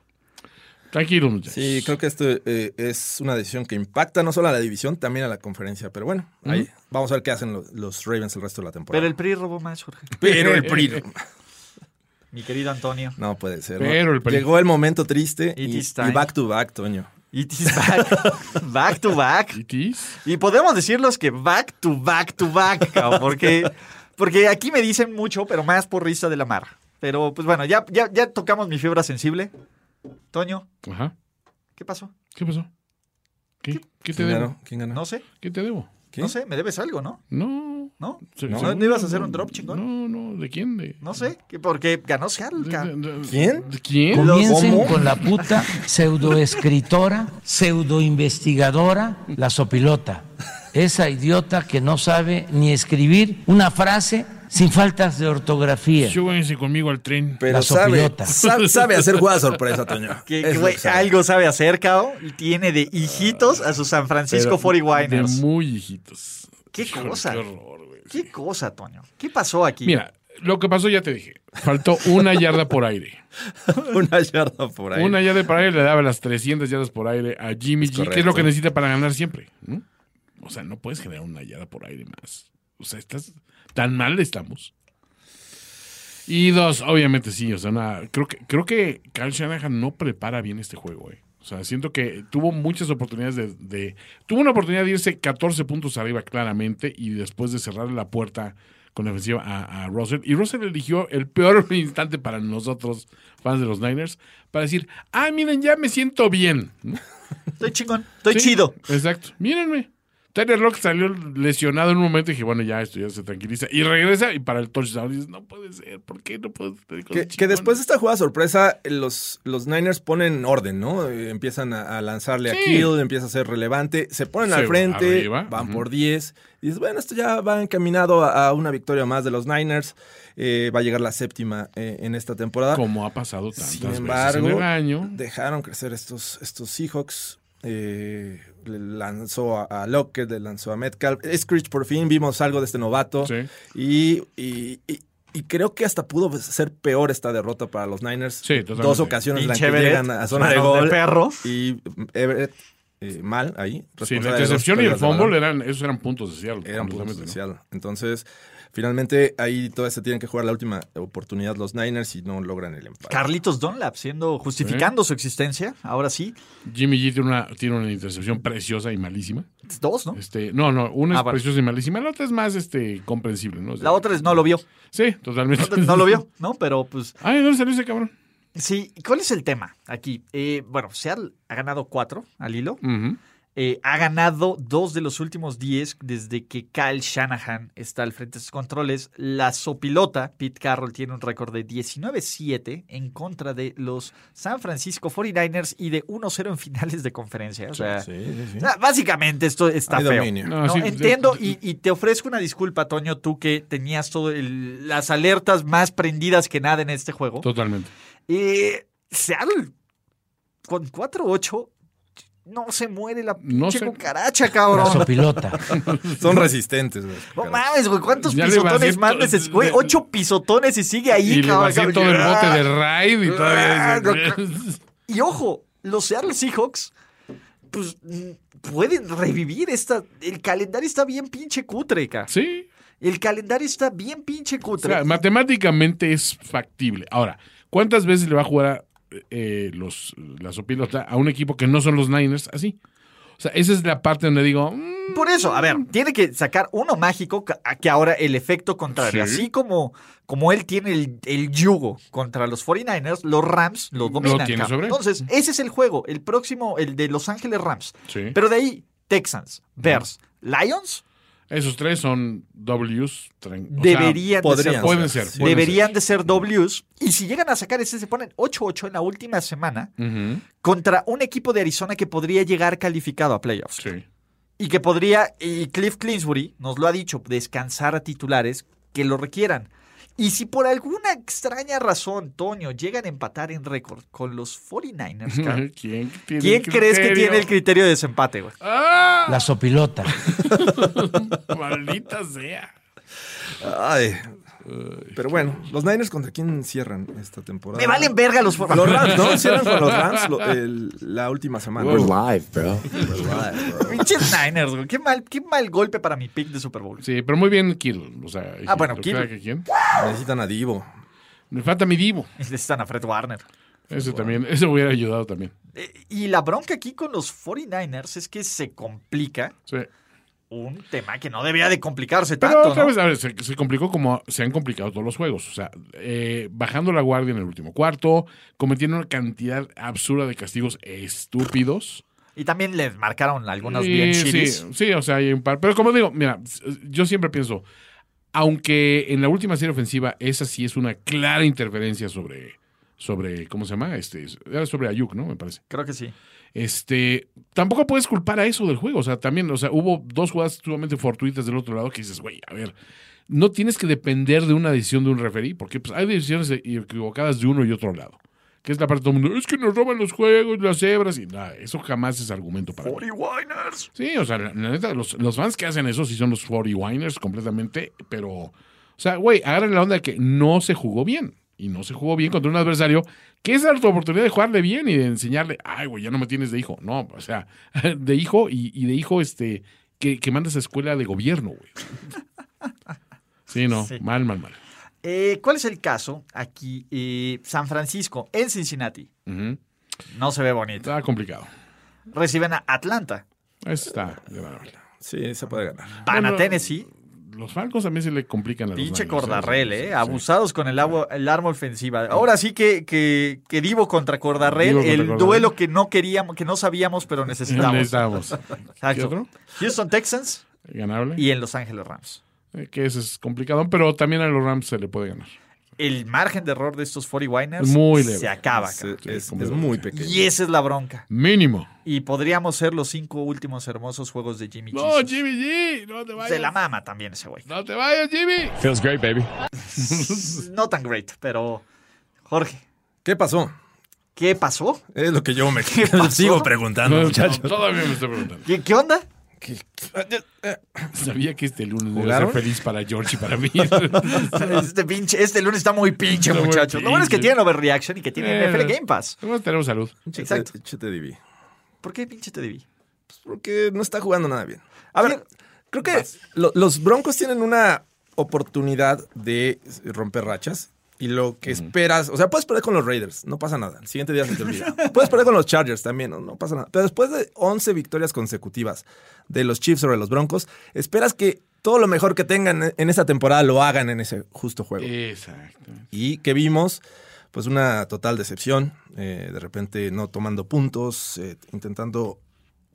Tranquilo, muchachos.
Sí, creo que esto eh, es una decisión que impacta no solo a la división, también a la conferencia. Pero bueno, ahí vamos a ver qué hacen los, los Ravens el resto de la
Pero
temporada.
el PRI robó más, Jorge.
Pero el PRI.
Mi querido Antonio.
No puede ser. ¿no?
Pero el PRI.
Llegó el momento triste
It
y,
is time.
y back to back, Toño.
It is back. back to back.
¿Y tis?
Y podemos decirlos que back to back to back, cabrón, porque, porque aquí me dicen mucho, pero más por risa de la mar. Pero pues bueno, ya, ya, ya tocamos mi fibra sensible. Toño,
Ajá.
¿qué pasó?
¿Qué pasó? ¿Qué, ¿Qué te
¿Quién
debo?
ganó? ¿Quién ganó?
No sé,
¿Qué te debo?
¿Qué?
no sé, me debes algo, ¿no?
No.
¿No?
Se-
¿No,
seguro
¿no ibas a hacer un drop, chingón?
No, no. ¿De quién? De-
No sé, que porque ganó Seattle, cabrón.
de- de-
¿Quién?
¿De quién?
Comiencen con la puta pseudoescritora, pseudoinvestigadora, la sopilota. Esa idiota que no sabe ni escribir una frase sin faltas de ortografía.
Súbanse conmigo al tren.
Pero
La
sabe,
sopilota.
sa- sabe hacer jugada sorpresa, Toño.
Que,
Es lo
güey,
que sabe.
algo sabe hacer, cabrón. y Tiene de hijitos a sus San Francisco
Pero
40
De
Winers.
muy hijitos.
Qué
Híjole,
cosa.
Qué horror, güey.
¿Qué cosa, Toño? ¿Qué pasó aquí?
Mira, lo que pasó ya te dije. Faltó una yarda por aire.
Una yarda por ahí.
Una yarda por aire le daba las 300 yardas por aire a Jimmy G, que es lo
correcto.
que necesita para ganar siempre. ¿no? O sea, no puedes generar una yarda por aire más. O sea, estás tan mal estamos. Y dos, obviamente sí, o sea, una- creo que creo que Kyle Shanahan no prepara bien este juego, eh. O sea, siento que tuvo muchas oportunidades de, de- tuvo una oportunidad de irse 14 puntos arriba claramente y después de cerrar la puerta con la ofensiva a, a Russell. Y Russell eligió el peor instante para nosotros, fans de los Niners, para decir, ah, miren, ya me siento bien. ¿no?
Estoy chingón, estoy
Sí,
chido.
Exacto. Mírenme. Tyler Lock salió lesionado en un momento y dije, bueno, ya esto ya se tranquiliza. Y regresa y para el touchdown dices, no puede ser, ¿por qué no puedo tener
Que,
cosas
que después de
chingonas?"
esta jugada sorpresa, los, los Niners ponen orden, ¿no? Eh, Empiezan a, a lanzarle
Sí.
a Kill, empieza a ser relevante, se ponen
Se-
al frente,
arriba,
van
ujú.
por 10. Y dices, bueno, esto ya va encaminado a, a una victoria más de los Niners. eh, va a llegar la séptima eh, en esta temporada.
Como ha pasado tantas
Sin
veces en
embargo,
el año.
dejaron crecer estos, estos Seahawks. eh, le lanzó a, a Lockett, le lanzó a Metcalf. Screech por fin vimos algo de este novato.
Sí.
Y, y- y- y creo que hasta pudo ser peor esta derrota para los Niners.
Sí, totalmente.
Dos ocasiones en las
Pinche
que
Everett,
llegan a zona de
manos de
gol.
perro.
Y Everett eh, mal ahí.
Sí,
responsable de
la
dos
intercepción y el
pérdidas de balón.
fumble eran, esos eran puntos de Seattle.
Eran puntos
completamente,
de
¿no?
Seattle. Entonces, finalmente ahí todavía se tienen que jugar la última oportunidad los Niners y no logran el empate.
Carlitos Dunlap siendo justificando su existencia, ahora sí.
Jimmy G tiene una, tiene una intercepción preciosa y malísima.
Dos, ¿no?
Este, no, no, una
Ah,
es
bueno.
preciosa y malísima, la otra es más este, comprensible, ¿no? O sea,
La otra es no lo vio.
Sí, totalmente.
No lo vio, ¿no? Pero pues
Ay, ¿dónde salió ese cabrón?
sí, ¿Y ¿cuál es el tema aquí? Eh, bueno, Seattle ha ganado cuatro al hilo.
Ujú.
Eh, ha ganado dos de los últimos diez desde que Kyle Shanahan está al frente de sus controles. La sopilota, Pete Carroll, tiene un récord de 19-7 en contra de los San Francisco 49ers y de 1-0 en finales de conferencia. O sea, o sea, básicamente esto está
Hay
feo.
dominio.
No,
No, Ah, sí,
entiendo
de-
y, y te ofrezco una disculpa, Toño, tú que tenías todo el- las alertas más prendidas que nada en este juego.
Totalmente.
Eh, Seattle, con 4-8, no se muere la
No
pinche
sé.
cucaracha,
La
cabrón.
sopilota.
Son resistentes. güey.
No mames, güey, ¿cuántos
Ya le vacié
pisotones más
to-
neces- Güey,
de-
ocho pisotones y sigue ahí,
y le
cabrón.
vacié
cabrón.
todo el bote de raid y
Ah,
todavía dice, "Pues,
Y ojo, los Seattle Seahawks, pues, mm, pueden revivir esta... El calendario está bien pinche cutre, cabrón.
Sí,
El calendario está bien pinche
o
cutre.
sea, matemáticamente es factible. Ahora, ¿cuántas veces le va a jugar a, eh, los, la sopilota a un equipo que no son los Niners así? O sea, esa es la parte donde digo. mm,
Por eso, a ver, tiene que sacar uno mágico ca- a que ahora el efecto contrario.
Sí.
Así como, como él tiene el, el yugo contra los 49ers, los Rams lo dominan.
tiene
cabrón.
sobre él.
Entonces, ese es el juego, el próximo, el de Los Ángeles Rams.
Sí.
Pero de ahí, Texans, Bears, Lions
esos tres son Ws. tran- o sea,
deberían de ser,
Pueden ser.
Sí.
pueden
deberían de ser Ws. Y si llegan a sacar ese, se ponen 8-8 en la última semana
ser. Ujú.
contra un equipo de Arizona que podría llegar calificado a playoffs.
Sí.
Y que podría, y Cliff Clinsbury nos lo ha dicho, descansar a titulares que lo requieran. Y si por alguna extraña razón, Toño, llegan a empatar en récord con los 49ers, cabrón,
¿Quién, tiene
¿quién
el
crees que
criterio? ¡Ah!
tiene el criterio de desempate, güey?
La sopilota.
Maldita sea.
Ay. Pero bueno, los Niners contra quién cierran esta temporada.
Me valen verga los 49ers.
Los Rams, ¿no? Cierran con los Rams lo- el- la última semana.
We're live, bro.
Pinches Niners, güey. Qué mal, qué mal golpe para mi pick de Super Bowl.
Sí, pero muy bien Kittle. O sea,
Ah, bueno,
¿claro
Kittle.
que quién?
Necesitan a Divo.
Me falta mi Divo.
Necesitan a Fred Warner.
Eso también, eso hubiera ayudado también.
Eh, Y la bronca aquí con los 49ers es que se complica
Sí.
un tema que no debería de complicarse
Pero
tanto.
otra
¿no?
vez, a ver, se, se complicó como se han complicado todos los juegos. O sea, eh, bajando la guardia en el último cuarto, cometiendo una cantidad absurda de castigos estúpidos.
Y también les marcaron algunas
Sí,
bien
sí,
chilis.
sí, o sea, hay un par. Pero como digo, mira, yo siempre pienso, aunque en la última serie ofensiva esa sí es una clara interferencia sobre, sobre ¿cómo se llama? Este, era sobre Ayuk, ¿no? Me parece.
Creo que sí.
Este, tampoco puedes culpar a eso del juego. O sea, también, o sea, hubo dos jugadas sumamente fortuitas del otro lado que dices, güey, a ver, no tienes que depender de una decisión de un referí, porque pues, hay decisiones equivocadas de uno y otro lado. Que es la parte de todo el mundo, es que nos roban los juegos, las cebras, y nada, eso jamás es argumento para mí.
49ers.
Sí, o sea, la, la neta, los, los fans que hacen eso sí son los 40winers completamente, pero, o sea, güey, agarren la onda de que no se jugó bien. Y no se jugó bien contra un adversario que es la tu oportunidad de jugarle bien y de enseñarle, ay, güey, ya no me tienes de hijo. No, o sea, de hijo y, y de hijo este que, que mandas a escuela de gobierno, güey. Sí, no,
Sí.
mal, mal, mal.
Eh, ¿Cuál es el caso aquí? Eh, San Francisco en Cincinnati.
Ujú.
No se ve bonito.
Está complicado.
Reciben a Atlanta.
Está grave.
Sí, se puede ganar.
Van a
Bueno,
Tennessee.
Los Falcons también se le complican a los
Pinche
Niners,
Cordarrel,
sí, sí,
¿eh?
sí.
Abusados con el, agua- el arma ofensiva. Ahora sí que, que, que Divo contra Cordarrel,
Divo contra
el
Cordarrel.
duelo que no queríamos, que no sabíamos, pero necesitábamos.
Necesitamos.
Exacto.
¿Qué otro?
Houston Texans
Ganable.
y en Los Ángeles Rams.
Eh, que ese es complicado, pero también a los Rams se le puede ganar.
El margen de error de estos 49ers
Muy
se
leve.
acaba.
Es,
cabrón.
es- es muy pequeño.
Y esa es la bronca.
Mínimo.
Y podríamos ser los cinco últimos hermosos juegos de Jimmy
No,
Jesus.
Jimmy G, no te
Se la
vayas.
mama también ese güey.
No te vayas, Jimmy.
Feels great, baby.
No tan great, pero Jorge,
¿Qué pasó?
¿qué pasó?
Es lo que yo me
pasó?
sigo preguntando,
No,
muchachos.
no, todavía me estoy preguntando.
¿Qué, qué onda?
Sabía que este lunes iba a
¿Jugaron?
ser feliz para George y para mí.
Este pinche, este lunes está muy pinche,
Está muy
muchachos. Lo bueno es que
pinche.
tienen overreaction y que tienen
Eh,
NFL Game Pass.
Vamos a tener salud.
Exacto.
Chete, chete Divi.
¿Por qué pinche te debí?
Pues porque no está jugando nada bien. A ver, creo que lo- los Broncos tienen una oportunidad de romper rachas. Y lo que esperas, o sea, puedes perder con los Raiders, no pasa nada. El siguiente día se te olvida. Puedes perder con los Chargers también, no, no pasa nada. Pero después de 11 victorias consecutivas de los Chiefs sobre los Broncos, esperas que todo lo mejor que tengan en esa temporada lo hagan en ese justo juego.
Exacto.
y que vimos pues una total decepción, eh, de repente no tomando puntos, eh, intentando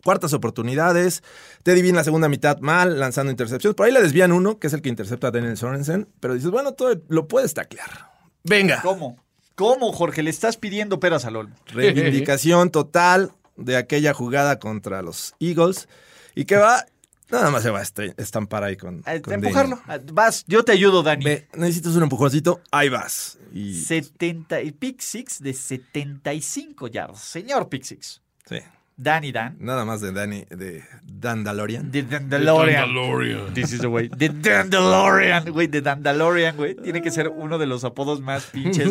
cuartas oportunidades, Teddy B en la segunda mitad mal, lanzando intercepciones, por ahí le desvían uno, que es el que intercepta a Daniel Sorensen, pero dices, bueno, todo lo puedes taclear. Venga,
¿Cómo? ¿Cómo, Jorge? Le estás pidiendo peras al olmo.
reivindicación total de aquella jugada contra los Eagles y que va, nada más se va a estre- estampar ahí con...
A-
con
Ah, empujarlo. A- Vas, yo te ayudo, Dani.
Daniel. Ve, necesitas un empujoncito, ahí vas. Y,
70, y pick six de 75 yardas. Señor pick six.
sí.
Danny Dan.
Nada más de Danny, de Dandalorian.
De Dandalorian.
Mandalorian.
This is the way. De Dandalorian, güey. De Dandalorian, güey. Tiene que ser uno de los apodos más pinches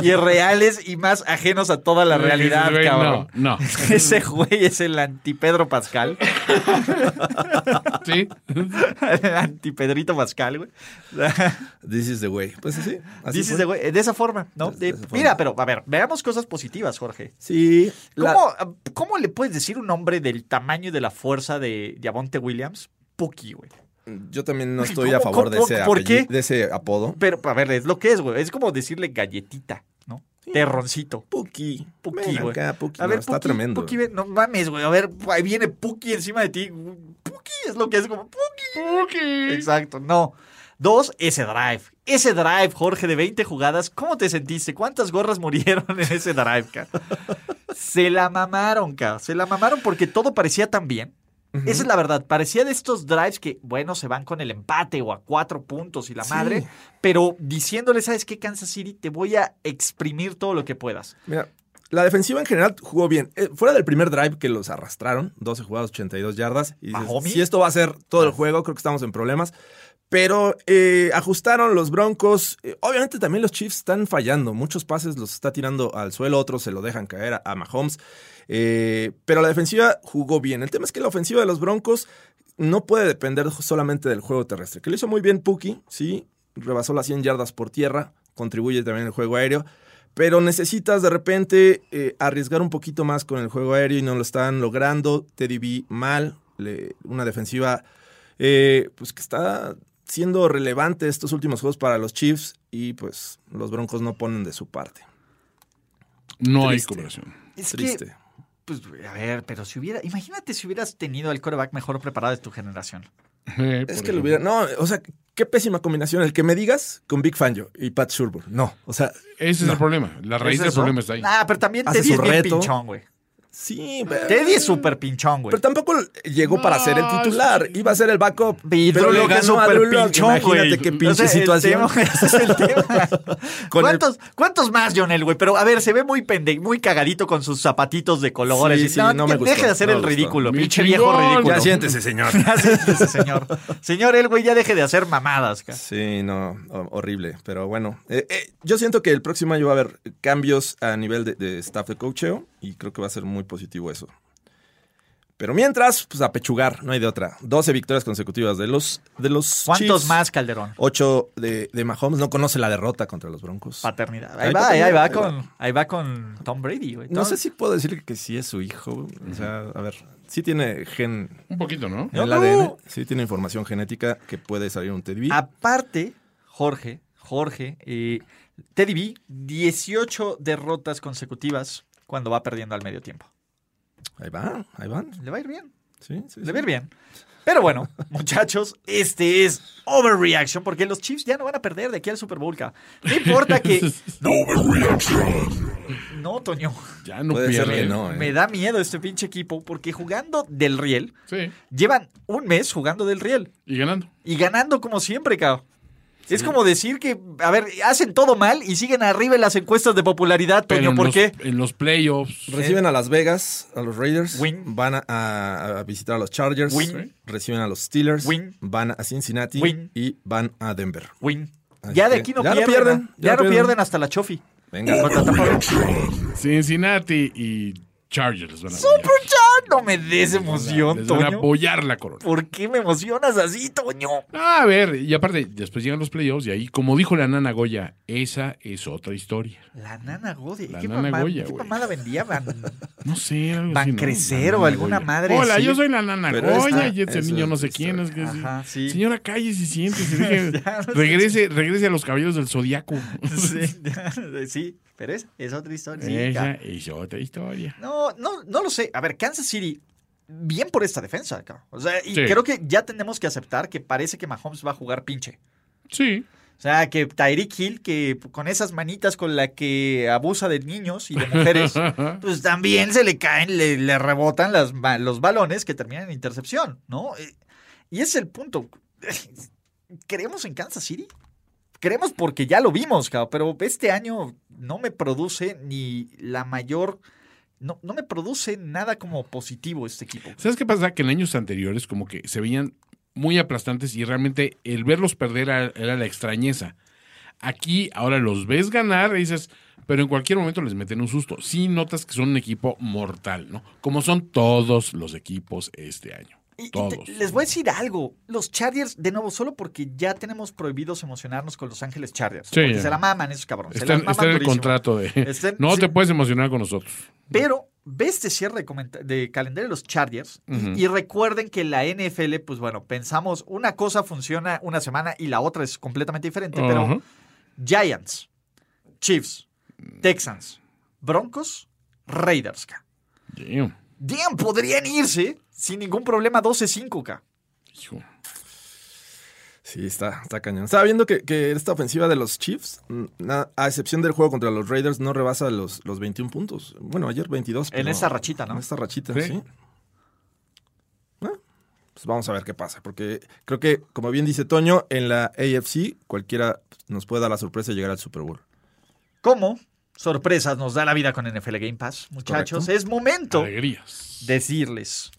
y reales y más ajenos a toda la realidad,
Güey,
cabrón.
No, no.
Ese güey es el antipedro Pascal.
Sí.
El antipedrito Pascal, güey.
This is the way. Pues sí, así
Dices
fue.
de güey, de esa forma, ¿no?
De- de
De-
esa forma.
mira, pero a ver, veamos cosas positivas, Jorge.
Sí. la-
¿Cómo, ¿Cómo le puedes puedes decir un nombre del tamaño y de la fuerza de Diamante Williams? Puki, güey.
Yo también no
Güey,
estoy
¿cómo-
a favor de
cómo-
ese,
por qué?
apellido- de ese apodo.
Pero, a ver, es lo que es, güey. Es como decirle galletita, ¿no? Terroncito.
Puki.
Puki,
Ven
güey.
acá, Puki. No, está tremendo.
Puki, ven- no mames, güey. A ver, ahí viene Puki encima de ti. Puki es lo que es como Puki. Exacto, no. Dos, ese drive. Ese drive, Jorge, de 20 jugadas. ¿Cómo te sentiste? ¿Cuántas gorras murieron en ese drive, cara? Se la mamaron, cara. Se la mamaron porque todo parecía tan bien. Esa es la verdad. Parecía de estos drives que, bueno, se van con el empate o a cuatro puntos y la
Sí.
madre, pero diciéndole, ¿sabes qué, Kansas City? Te voy a exprimir todo lo que puedas.
Mira, la defensiva en general jugó bien. Eh, fuera del primer drive que los arrastraron, 12 jugadas, 82 yardas. Y dices,
Mahomes.
si esto va a ser todo el juego, creo que estamos en problemas. Pero eh, ajustaron los Broncos. Eh, obviamente también los Chiefs están fallando. Muchos pases los está tirando al suelo, otros se lo dejan caer a, a Mahomes. Eh, pero la defensiva jugó bien. El tema es que la ofensiva de los Broncos no puede depender solamente del juego terrestre. Que lo hizo muy bien Puki, sí. Rebasó las 100 yardas por tierra. Contribuye también el juego aéreo. Pero necesitas de repente eh, arriesgar un poquito más con el juego aéreo y no lo están logrando. Teddy B mal, le- una defensiva eh, pues que está siendo relevante estos últimos juegos para los Chiefs y pues los Broncos no ponen de su parte.
No hay
Triste.
cooperación.
Es
Triste.
que, pues, güey, a ver, pero si hubiera, imagínate si hubieras tenido el coreback mejor preparado de tu generación.
Eh,
Es que lo hubiera. No, o sea, qué pésima combinación. El que me digas con Big Fangio y Pat Sherburne. No, o sea.
Ese es
no.
el problema. La raíz
¿Es
del
eso?
problema está ahí.
Ah, pero también
Hace
Teddy
su
es bien
reto.
pinchón, güey.
Sí, pero-
Teddy es súper pinchón, güey.
Pero tampoco llegó para ser el
No,
titular. Iba a ser el backup. pero
le
lo
ganó
ganó a
súper
Drew Lock.
pinchón, güey.
Imagínate qué pinche
O sea, el
situación.
tema- ese es el tema.
Con el-
¿Cuántos, cuántos más, Jonel, güey? Pero a ver, se ve muy pende muy cagadito con sus zapatitos de colores.
Sí,
Y-
sí, no me
que
gustó,
Deje de hacer
no
el
me gustó.
ridículo,
Mi
pinche viejo
chingón.
ridículo.
Ya siéntese, señor.
Ya siéntese, señor. Señor, el güey ya deje de hacer mamadas, cara.
Sí, no, ho- horrible. Pero bueno, eh, eh, yo siento que el próximo año va a haber cambios a nivel de, de staff de coacheo y creo que va a ser muy positivo eso. Pero mientras, pues a pechugar, no hay de otra. 12 victorias consecutivas de los de los
¿Cuántos
Chiefs,
más, Calderón?
8 de, de Mahomes, no conoce la derrota contra los Broncos.
Paternidad. Ahí,
Ahí
va, ahí,
paternidad,
ahí va
ahí
con, ahí va con Tom Brady, güey.
No sé si puedo decir que sí es su hijo. O sea, a ver, sí tiene gen
Un poquito, ¿no?
en el ADN, sí tiene información genética que puede salir un Teddy.
Ah.
B.
Aparte, Jorge, Jorge, eh, Teddy B, 18 derrotas consecutivas cuando va perdiendo al medio tiempo.
Ahí va, ahí van.
Le va a ir bien,
Sí, sí,
le
sí.
va a ir bien. Pero bueno, muchachos, este es Overreaction, porque los Chiefs ya no van a perder de aquí al Super Bowl. ca. No importa que... No, no Toño.
Ya no
Puede ser
pierde.
que no, ¿eh?
Me da miedo este pinche equipo, porque jugando del riel,
Sí.
llevan un mes jugando del riel.
Y ganando.
Y ganando como siempre, cabrón. Es como decir que, a ver, hacen todo mal y siguen arriba en las encuestas de popularidad, Toño.
en
¿Por
los-
qué?
En los playoffs.
Reciben a Las Vegas, a los Raiders.
Win.
Van a, a- a visitar a los Chargers.
Win.
Reciben a los Steelers.
Win.
Van a Cincinnati.
Win.
Y van a Denver.
Win.
Así
Ya de
que-
aquí no
ya no
pierden.
pierden,
¿no? Ya,
ya
no pierden.
pierden.
hasta la Chofi.
Venga.
Contra Tampa Bay.
Cincinnati y Chargers. Van a
¡Super Chan! Ah, No me des emoción,
Les van a
Toño.
apoyar la corona.
¿Por qué me emocionas así, Toño?
Ah, a ver, y aparte, después llegan los playoffs y ahí, como dijo la nana Goya, esa es otra historia.
La nana Goya.
La
¿Qué,
nana
mamá-
Goya,
qué
güey.
mamada vendía? Van,
No sé, algo
Van
así, ¿no?
Crecer o
La nana
alguna
Goya.
madre
Hola,
así.
yo soy la nana
Pero
Goya
esta-
y este
esa
niño no
es
sé
otra
quién. Es que sí.
Ajá, sí.
Señora, calle si siente.
Ya, no sé.
regrese, regrese a los caballeros del zodiaco.
sí, ya,
pues,
sí, pero es, es otra historia. Sí,
esa
ca-
es otra historia.
No, no, no lo sé. A ver, Kansas City, bien por esta defensa, cabrón. O sea, y
Sí.
creo que ya tenemos que aceptar que parece que Mahomes va a jugar pinche.
Sí.
O sea, que Tyreek Hill, que con esas manitas con la que abusa de niños y de mujeres, pues también se le caen, le, le rebotan las ba- los balones que terminan en intercepción, ¿no? Eh, Y ese es el punto. ¿Creemos en Kansas City? Creemos porque ya lo vimos, cabrón, pero este año no me produce ni la mayor... No, no me produce nada como positivo este equipo.
¿Sabes qué pasa? Que en años anteriores como que se veían muy aplastantes y realmente el verlos perder era, era la extrañeza. Aquí ahora los ves ganar y dices, pero en cualquier momento les meten un susto. Sí notas que son un equipo mortal, ¿no? Como son todos los equipos este año.
Y- y te-
Todos.
les voy a decir algo. Los Chargers, de nuevo, solo porque ya tenemos prohibidos emocionarnos con Los Ángeles Chargers.
Sí,
porque
ya.
se la maman esos cabrones. se
Está,
las maman
está en el
durísimo.
contrato de...
Está en-
no
sí.
te puedes emocionar con nosotros.
Pero ve este cierre de, comenta- de calendario de los Chargers y-
Ujú.
y, recuerden que la NFL, pues bueno, pensamos una cosa funciona una semana y la otra es completamente diferente, pero
Ujú.
Giants, Chiefs, Texans, Broncos, Raiders. ca.
Damn.
Damn, podrían irse sin ningún problema 12-5K.
Sí, está, está cañón. Estaba viendo que, que esta ofensiva de los Chiefs, mm, na- a excepción del juego contra los Raiders, no rebasa los, los 21 puntos. Bueno, ayer 22.
En
pero-
esa rachita, ¿no?
En esta rachita,
Sí.
sí. Ah, pues vamos a ver qué pasa, porque creo que, como bien dice Toño, en la AFC cualquiera nos puede dar la sorpresa de llegar al Super Bowl.
¿Cómo? Sorpresas nos da la vida con NFL Game Pass, muchachos.
Correcto.
Es momento decirles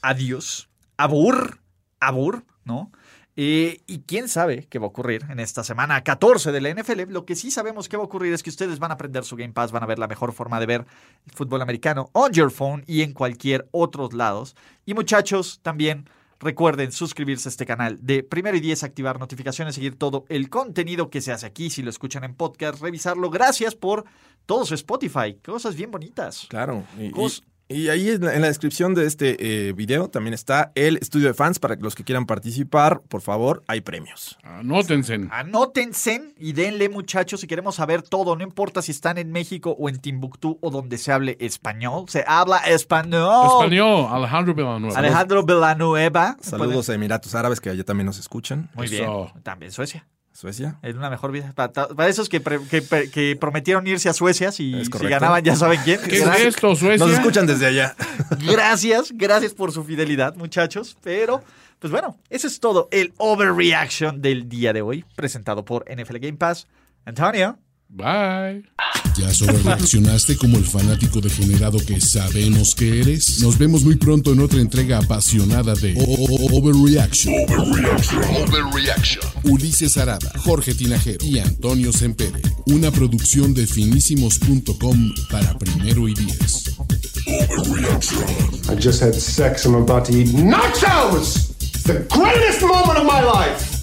adiós, abur, abur, ¿no? Eh, y quién sabe qué va a ocurrir en esta semana 14 de la NFL. Lo que sí sabemos que va a ocurrir es que ustedes van a aprender su Game Pass, van a ver la mejor forma de ver el fútbol americano on your phone y en cualquier otros lados. Y muchachos, también recuerden suscribirse a este canal de primero y 10, activar notificaciones, seguir todo el contenido que se hace aquí. Si lo escuchan en podcast, revisarlo. Gracias por todo su Spotify. Cosas bien bonitas.
Claro. Y, y-
Cos-
y ahí en la, en la descripción de este eh, video también está el estudio de fans para que los que quieran participar, por favor, hay premios.
Anótense.
Anótense y denle, muchachos, si queremos saber todo, no importa si están en México o en Timbuktu o donde se hable español, se habla español.
Español, Alejandro Villanueva.
Oh. Alejandro Villanueva.
Saludos a Emiratos Árabes que allá también nos escuchan.
Muy bien. También Suecia.
Suecia.
Es una mejor vida. Pa- ta- Para, esos que, pre- que pre- que prometieron irse a Suecia si,
Es
si
correcto.
ganaban, ya saben quién.
¿Qué es
Gracias.
esto, Suecia?
Nos escuchan desde allá.
Gracias, gracias por su fidelidad, muchachos. Pero, pues bueno, eso es todo el overreaction del día de hoy, presentado por NFL Game Pass. Antonio.
Bye.
¿Ya sobrereaccionaste como el fanático degenerado que sabemos que eres? Nos vemos muy pronto en otra entrega apasionada de O- O- O- Overreaction.
Overreaction.
Ulises Arada, Jorge Tinajero y Antonio Sempere. Una producción de finísimos.com para primero y diez.
I just had sex. I'm about to eat nachos. It's the greatest moment of my life.